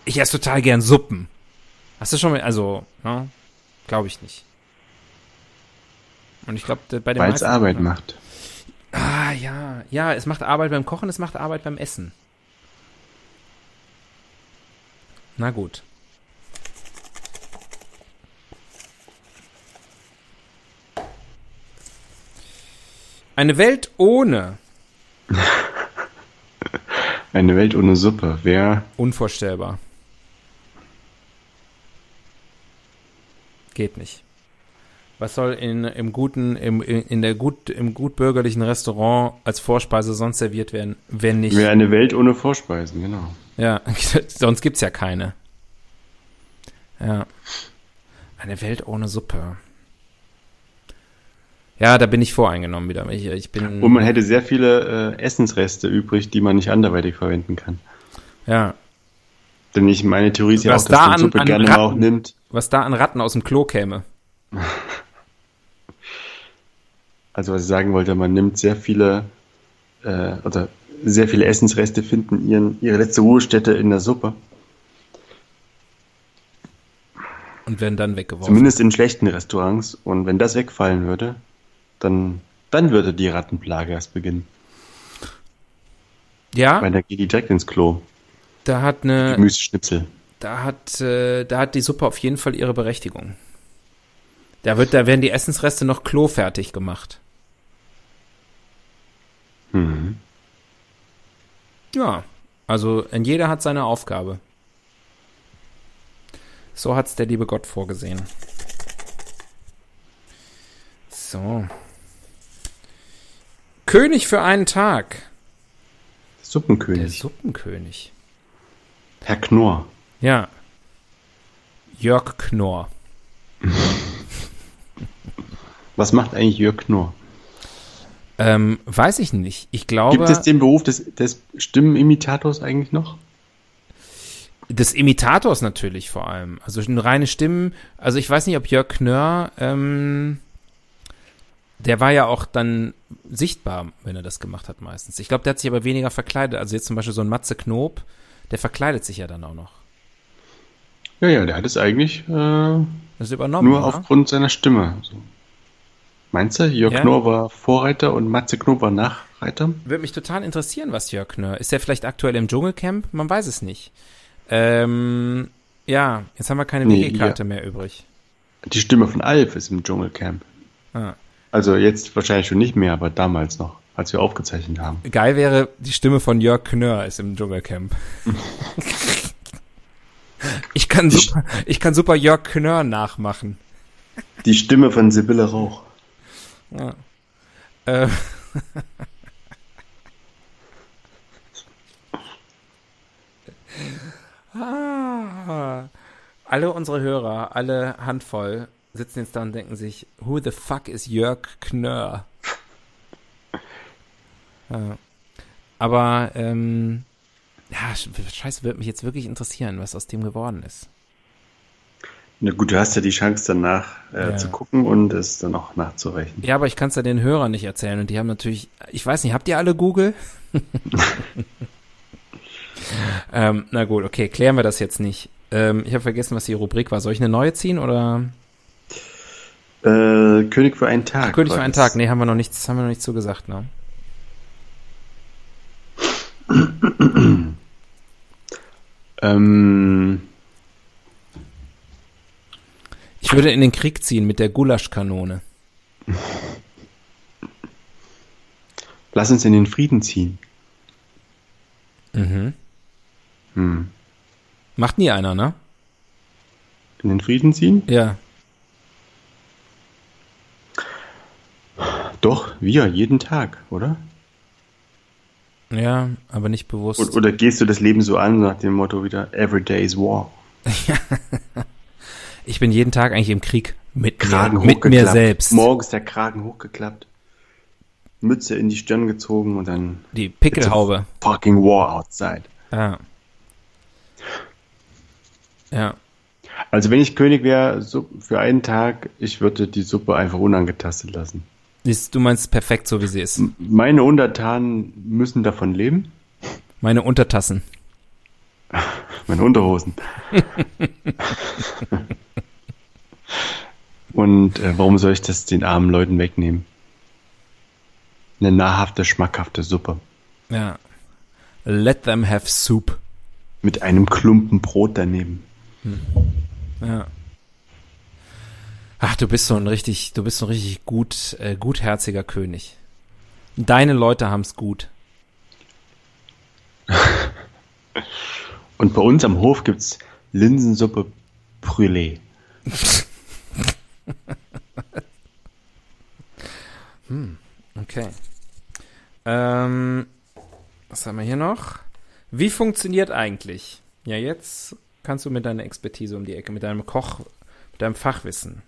Speaker 1: Ich esse total gern Suppen. Hast du schon mal, also, ja, glaube ich nicht. Und ich glaube, bei den
Speaker 2: Weil es
Speaker 1: meisten-
Speaker 2: Arbeit macht.
Speaker 1: Ah, ja, ja, es macht Arbeit beim Kochen, es macht Arbeit beim Essen. Na gut. Eine Welt ohne.
Speaker 2: Eine Welt ohne Suppe wäre
Speaker 1: Unvorstellbar. Geht nicht. Was soll in, im guten, im, in der gut, im gut bürgerlichen Restaurant als Vorspeise sonst serviert werden, wenn nicht?
Speaker 2: wär eine Welt ohne Vorspeisen, genau.
Speaker 1: Ja, sonst gibt's ja keine. Ja. Eine Welt ohne Suppe. Ja, da bin ich voreingenommen wieder. Ich, ich bin,
Speaker 2: Und man hätte sehr viele äh, Essensreste übrig, die man nicht anderweitig verwenden kann.
Speaker 1: ja,
Speaker 2: Denn ich meine Theorie ist ja
Speaker 1: Was
Speaker 2: auch, dass
Speaker 1: da
Speaker 2: man
Speaker 1: an-
Speaker 2: Suppe
Speaker 1: an
Speaker 2: gerne
Speaker 1: Ratten-
Speaker 2: mal auch nimmt.
Speaker 1: was da an Ratten aus dem Klo käme.
Speaker 2: Also was ich sagen wollte, man nimmt sehr viele äh, oder sehr viele Essensreste finden ihren, ihre letzte Ruhestätte in der Suppe.
Speaker 1: Und werden dann weggeworfen.
Speaker 2: Zumindest in schlechten Restaurants. Und wenn das wegfallen würde, dann, dann würde die Rattenplage erst beginnen.
Speaker 1: ja,
Speaker 2: Weil da geht die direkt ins Klo.
Speaker 1: da hat eine,
Speaker 2: Gemüseschnipsel.
Speaker 1: da hat, äh, da hat die Suppe auf jeden Fall ihre Berechtigung. Da wird, da werden die Essensreste noch klofertig gemacht.
Speaker 2: Mhm.
Speaker 1: Ja, also ein jeder hat seine Aufgabe. So hat's der liebe Gott vorgesehen. So. König für einen Tag. Der
Speaker 2: Suppenkönig.
Speaker 1: Suppenkönig.
Speaker 2: Herr Knorr.
Speaker 1: Ja. Jörg Knorr.
Speaker 2: Was macht eigentlich Jörg Knorr?
Speaker 1: Ähm, weiß ich nicht. Ich glaube,
Speaker 2: Gibt es den Beruf des, des Stimmenimittators eigentlich noch?
Speaker 1: des Imitators natürlich vor allem. Also eine reine Stimmen. Also ich weiß nicht, ob Jörg Knörr, ähm, der war ja auch dann sichtbar, wenn er das gemacht hat meistens. Ich glaube, der hat sich aber weniger verkleidet. Also jetzt zum Beispiel so ein Matze Knob, der verkleidet sich ja dann auch noch.
Speaker 2: Ja, ja, der hat es eigentlich äh, nur
Speaker 1: Das ist übernommen. oder?
Speaker 2: aufgrund seiner Stimme. So. Meinst du, Jörg
Speaker 1: Ja.
Speaker 2: Knorr war Vorreiter und Matze Knob war Nachreiter?
Speaker 1: Würde mich total interessieren, was Jörg Knör. Ist er vielleicht aktuell im Dschungelcamp? Man weiß es nicht. Ähm, ja, jetzt haben wir keine
Speaker 2: Nee,
Speaker 1: WG-Karte mehr übrig.
Speaker 2: Die Stimme von Alf ist im Dschungelcamp.
Speaker 1: Ah.
Speaker 2: Also jetzt wahrscheinlich schon nicht mehr, aber damals noch, als wir aufgezeichnet haben.
Speaker 1: Geil wäre, die Stimme von Jörg Knör ist im Dschungelcamp. ich, kann super, ich kann super Jörg Knör nachmachen.
Speaker 2: Die Stimme von Sibylle Rauch.
Speaker 1: Ja. Äh. ah. Alle unsere Hörer, alle Handvoll, sitzen jetzt da und denken sich, who the fuck is Jörg Knör? ja. Aber, ähm, ja, sch- scheiße, würde mich jetzt wirklich interessieren, was aus dem geworden ist.
Speaker 2: Na gut, du hast ja die Chance danach äh,
Speaker 1: Ja.
Speaker 2: zu gucken und es dann auch nachzurechnen.
Speaker 1: Ja, aber ich kann es ja den Hörern nicht erzählen und die haben natürlich, ich weiß nicht, habt ihr alle Google? ähm, na gut, okay, klären wir das jetzt nicht. Ähm, ich habe vergessen, was die Rubrik war. Soll ich eine neue ziehen oder
Speaker 2: Äh, König für einen Tag.
Speaker 1: König für
Speaker 2: war
Speaker 1: einen
Speaker 2: das.
Speaker 1: Tag? Nee, haben wir noch nichts, haben wir noch nichts zu gesagt, ne?
Speaker 2: Ähm,
Speaker 1: Ich würde in den Krieg ziehen mit der Gulaschkanone.
Speaker 2: lass uns in den Frieden ziehen.
Speaker 1: Mhm.
Speaker 2: Hm.
Speaker 1: Macht nie einer, ne?
Speaker 2: In den Frieden ziehen?
Speaker 1: Ja.
Speaker 2: Doch, wir, jeden Tag, oder?
Speaker 1: Ja, aber nicht bewusst.
Speaker 2: Und, oder gehst du das Leben so an nach dem Motto wieder, every day is war?
Speaker 1: Ich bin jeden Tag eigentlich im Krieg mit mir,
Speaker 2: Kragen
Speaker 1: mit mir
Speaker 2: hochgeklappt.
Speaker 1: selbst.
Speaker 2: Morgens der Kragen hochgeklappt. Mütze in die Stirn gezogen und dann
Speaker 1: Die Pickelhaube.
Speaker 2: It's a fucking war outside.
Speaker 1: Ja. Ja.
Speaker 2: Also wenn ich König wäre, so für einen Tag, ich würde die Suppe einfach unangetastet lassen.
Speaker 1: Ist, du meinst perfekt, so wie sie ist.
Speaker 2: Meine Untertanen müssen davon leben.
Speaker 1: Meine Untertassen.
Speaker 2: Meine Unterhosen. und äh, warum soll ich das den armen Leuten wegnehmen? Eine nahrhafte, schmackhafte Suppe.
Speaker 1: Ja. Let them have soup.
Speaker 2: Mit einem Klumpen Brot daneben.
Speaker 1: Ja. Ach, du bist so ein richtig, du bist so ein richtig gut, äh, gutherziger König. Deine Leute haben's gut.
Speaker 2: Und bei uns am Hof gibt's Linsensuppe Brûlée.
Speaker 1: Okay. Ähm, was haben wir hier noch? Wie funktioniert eigentlich? Ja, jetzt kannst du mit deiner Expertise um die Ecke, mit deinem Koch, mit deinem Fachwissen.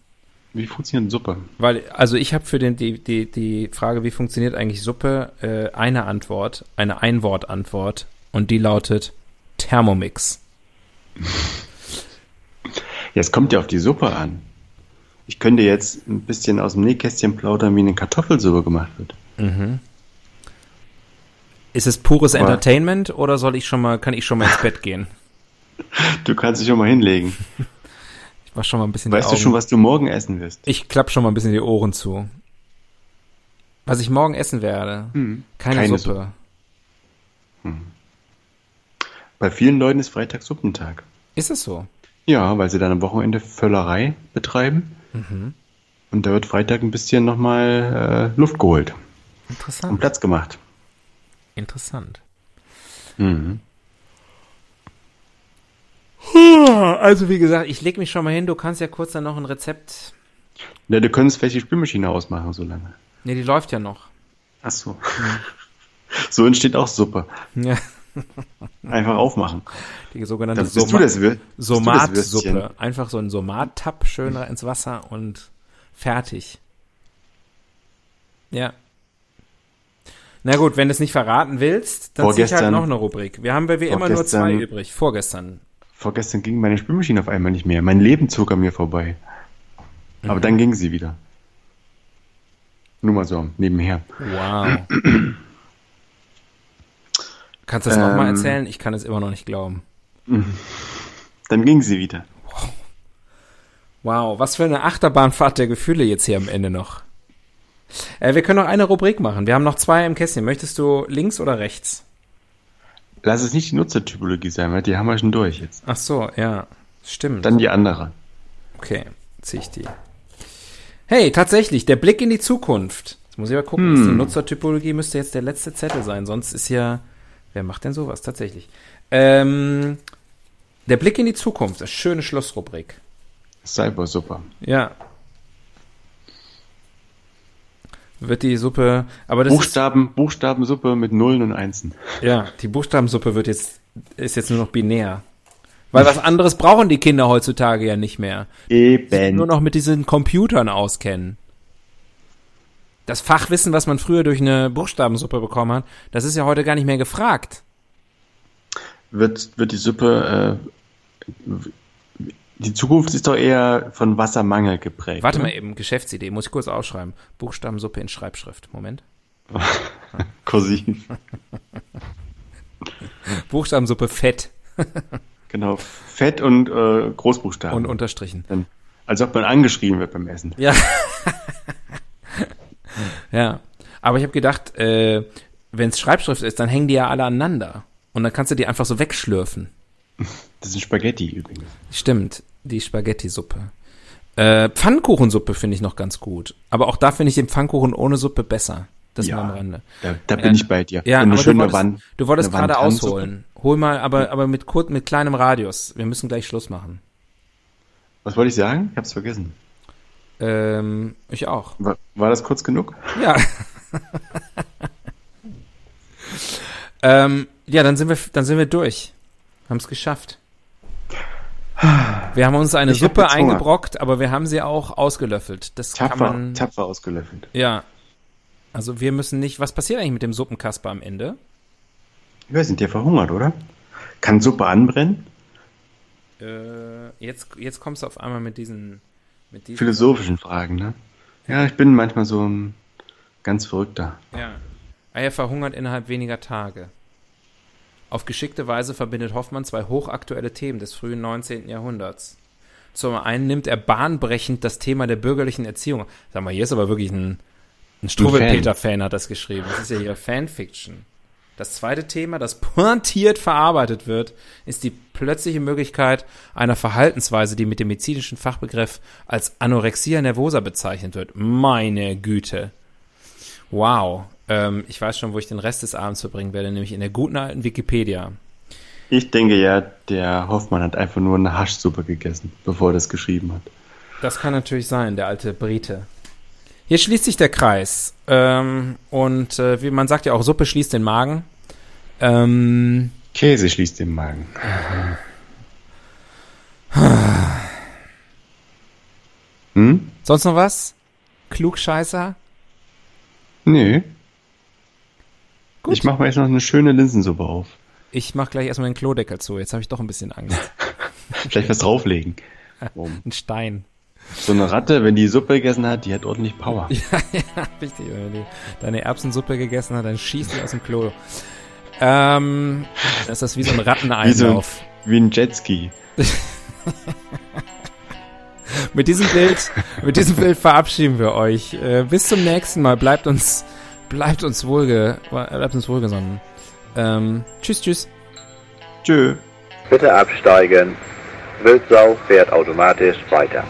Speaker 2: Wie funktioniert Suppe?
Speaker 1: Weil, also ich habe für den, die, die, die Frage, wie funktioniert eigentlich Suppe, äh, eine Antwort, eine Einwortantwort und die lautet Thermomix.
Speaker 2: Ja, es kommt ja auf die Suppe an. Ich könnte jetzt ein bisschen aus dem Nähkästchen plaudern, wie eine Kartoffelsuppe gemacht wird.
Speaker 1: Ist es pures
Speaker 2: Aber-
Speaker 1: Entertainment oder soll ich schon mal, kann ich schon mal ins Bett gehen?
Speaker 2: Du kannst dich schon mal hinlegen.
Speaker 1: Ich mach schon mal ein bisschen die
Speaker 2: Weißt du
Speaker 1: Augen.
Speaker 2: schon, was du morgen essen wirst?
Speaker 1: Ich klapp schon mal ein bisschen die Ohren zu. Was ich morgen essen werde. Keine,
Speaker 2: Hm. Keine
Speaker 1: Suppe.
Speaker 2: Bei vielen Leuten ist Freitag Suppentag.
Speaker 1: Ist es so?
Speaker 2: Ja, weil sie dann am Wochenende Völlerei betreiben. Und da wird Freitag ein bisschen nochmal äh, Luft geholt und
Speaker 1: Interessant.
Speaker 2: Platz gemacht.
Speaker 1: Interessant.
Speaker 2: Mhm.
Speaker 1: Also wie gesagt, ich leg mich schon mal hin. Du kannst ja kurz dann noch ein Rezept.
Speaker 2: Ja, du könntest vielleicht die Spülmaschine ausmachen, so lange.
Speaker 1: Ne, die läuft ja noch.
Speaker 2: Ach so. So entsteht auch Suppe.
Speaker 1: Ja,
Speaker 2: Einfach aufmachen.
Speaker 1: die sogenannte
Speaker 2: Dann bist du das, Wür- bist du das Würstchen. Hm.
Speaker 1: Somatsuppe. Einfach so ein Somat-Tapp schöner ins Wasser und fertig. Ja. Na gut, wenn du es nicht verraten willst, dann zieh ich halt
Speaker 2: Vorgestern-
Speaker 1: noch eine Rubrik. Wir haben bei wie immer nur zwei
Speaker 2: Vorgestern-
Speaker 1: übrig. Vorgestern.
Speaker 2: Vorgestern ging meine Spülmaschine auf einmal nicht mehr. Mein Leben zog an mir vorbei. Aber dann ging sie wieder. Nur mal so, nebenher.
Speaker 1: Wow. Kannst du das noch nochmal
Speaker 2: Ähm.
Speaker 1: erzählen? Ich kann es immer noch nicht glauben.
Speaker 2: Dann ging sie wieder.
Speaker 1: Wow, was für eine Achterbahnfahrt der Gefühle jetzt hier am Ende noch. Äh, wir können noch eine Rubrik machen. Wir haben noch zwei im Kästchen. Möchtest du links oder rechts?
Speaker 2: Lass es nicht die Nutzertypologie sein, weil die haben wir schon durch jetzt.
Speaker 1: Ach so, ja. Stimmt.
Speaker 2: Dann die andere.
Speaker 1: Okay, zieh ich die. Hey, tatsächlich, der Blick in die Zukunft. Jetzt muss ich mal gucken, ist die Nutzertypologie müsste jetzt der letzte Zettel sein, sonst ist ja. Wer macht denn sowas tatsächlich? Ähm, der Blick in die Zukunft, das schöne Schlussrubrik.
Speaker 2: Cybersuppe.
Speaker 1: Ja. Wird die Suppe, aber das ist,
Speaker 2: Buchstaben, Buchstabensuppe mit Nullen und Einsen.
Speaker 1: ja, die Buchstabensuppe wird jetzt ist jetzt nur noch binär. Weil was anderes brauchen die Kinder heutzutage ja nicht mehr.
Speaker 2: Eben.
Speaker 1: nur noch mit diesen Computern auskennen. Das Fachwissen, was man früher durch eine Buchstabensuppe bekommen hat, das ist ja heute gar nicht mehr gefragt.
Speaker 2: Wird, wird die Suppe, äh, die Zukunft ist doch eher von Wassermangel geprägt.
Speaker 1: Warte mal eben, Geschäftsidee, muss ich kurz aufschreiben. Buchstabensuppe in Schreibschrift. Moment.
Speaker 2: Kursiv.
Speaker 1: Buchstabensuppe fett
Speaker 2: Genau. Fett und äh, Großbuchstaben.
Speaker 1: und unterstrichen.
Speaker 2: Dann- Als ob man angeschrien wird beim Essen.
Speaker 1: Ja. ja. Aber ich habe gedacht, äh, wenn es Schreibschrift ist, dann hängen die ja alle aneinander. Und dann kannst du die einfach so wegschlürfen.
Speaker 2: Das sind Spaghetti übrigens.
Speaker 1: Stimmt, die Spaghetti-Suppe. Äh, Pfannkuchensuppe finde ich noch ganz gut. Aber auch da finde ich den Pfannkuchen ohne Suppe besser. Das
Speaker 2: Ja.
Speaker 1: mal am Rande.
Speaker 2: Da, da bin ich bei dir.
Speaker 1: Ja,
Speaker 2: Und eine
Speaker 1: aber du
Speaker 2: schöne
Speaker 1: wolltest,
Speaker 2: Wand-
Speaker 1: du wolltest
Speaker 2: eine
Speaker 1: gerade
Speaker 2: Wandtansuppe.
Speaker 1: ausholen. Hol mal, aber, aber mit, kurz, mit kleinem Radius. Wir müssen gleich Schluss machen.
Speaker 2: Was wollte ich sagen? Ich hab's vergessen.
Speaker 1: Ähm, ich auch.
Speaker 2: War, war das kurz genug?
Speaker 1: Ja. ähm, ja, dann sind wir, dann sind wir durch. Haben es geschafft. Wir haben uns eine
Speaker 2: Ich hab
Speaker 1: Suppe
Speaker 2: jetzt Hunger.
Speaker 1: eingebrockt, aber wir haben sie auch ausgelöffelt. Das kann
Speaker 2: Tapfer,
Speaker 1: man.
Speaker 2: tapfer ausgelöffelt.
Speaker 1: Ja. Also wir müssen nicht. Was passiert eigentlich mit dem Suppenkasper am Ende?
Speaker 2: Ich weiß nicht, der verhungert, oder? Kann Suppe anbrennen?
Speaker 1: Äh, jetzt, jetzt kommst du auf einmal mit diesen. Mit diesen
Speaker 2: Philosophischen Fragen, ne? Ja, ich bin manchmal so ein ganz verrückter.
Speaker 1: ja. Eier verhungert innerhalb weniger Tage. Auf geschickte Weise verbindet Hoffmann zwei hochaktuelle Themen des frühen 19. Jahrhunderts. Zum einen nimmt er bahnbrechend das Thema der bürgerlichen Erziehung. Sag mal, hier ist aber wirklich ein, ein Struwwelpeter-Fan hat das geschrieben. Das ist ja hier Fanfiction. Das zweite Thema, das pointiert verarbeitet wird, ist die plötzliche Möglichkeit einer Verhaltensweise, die mit dem medizinischen Fachbegriff als Anorexia nervosa bezeichnet wird. Meine Güte. Wow. Ähm, ich weiß schon, wo ich den Rest des Abends verbringen werde, nämlich in der guten alten Wikipedia.
Speaker 2: Ich denke ja, der Hoffmann hat einfach nur eine Haschsuppe gegessen, bevor er das geschrieben hat.
Speaker 1: Das kann natürlich sein, der alte Brite. Hier schließt sich der Kreis. Ähm, und äh, wie man sagt ja auch, Suppe schließt den Magen. Ähm,
Speaker 2: Käse schließt den Magen. Hm?
Speaker 1: Sonst noch was? Klugscheißer?
Speaker 2: Nee.
Speaker 1: Gut.
Speaker 2: Ich mache mir jetzt noch eine schöne Linsensuppe auf.
Speaker 1: Ich mach gleich erstmal den Klodeckel zu. Jetzt habe ich doch ein bisschen Angst.
Speaker 2: Vielleicht was drauflegen. Um.
Speaker 1: Ein Stein.
Speaker 2: So eine Ratte, wenn die Suppe gegessen hat, die hat ordentlich Power.
Speaker 1: Richtig, wenn du deine Erbsensuppe gegessen hast, dann schießt die aus dem Klo. Ähm, das ist wie so ein
Speaker 2: Wie so ein,
Speaker 1: Ratteneinlauf.
Speaker 2: wie ein Jetski.
Speaker 1: mit diesem Bild, mit diesem Bild verabschieden wir euch. Äh, bis zum nächsten Mal. Bleibt uns, bleibt uns wohlge, bleibt uns wohlgesonnen. Ähm, tschüss, tschüss.
Speaker 2: Tschö.
Speaker 3: Bitte absteigen. Wildsau fährt automatisch weiter.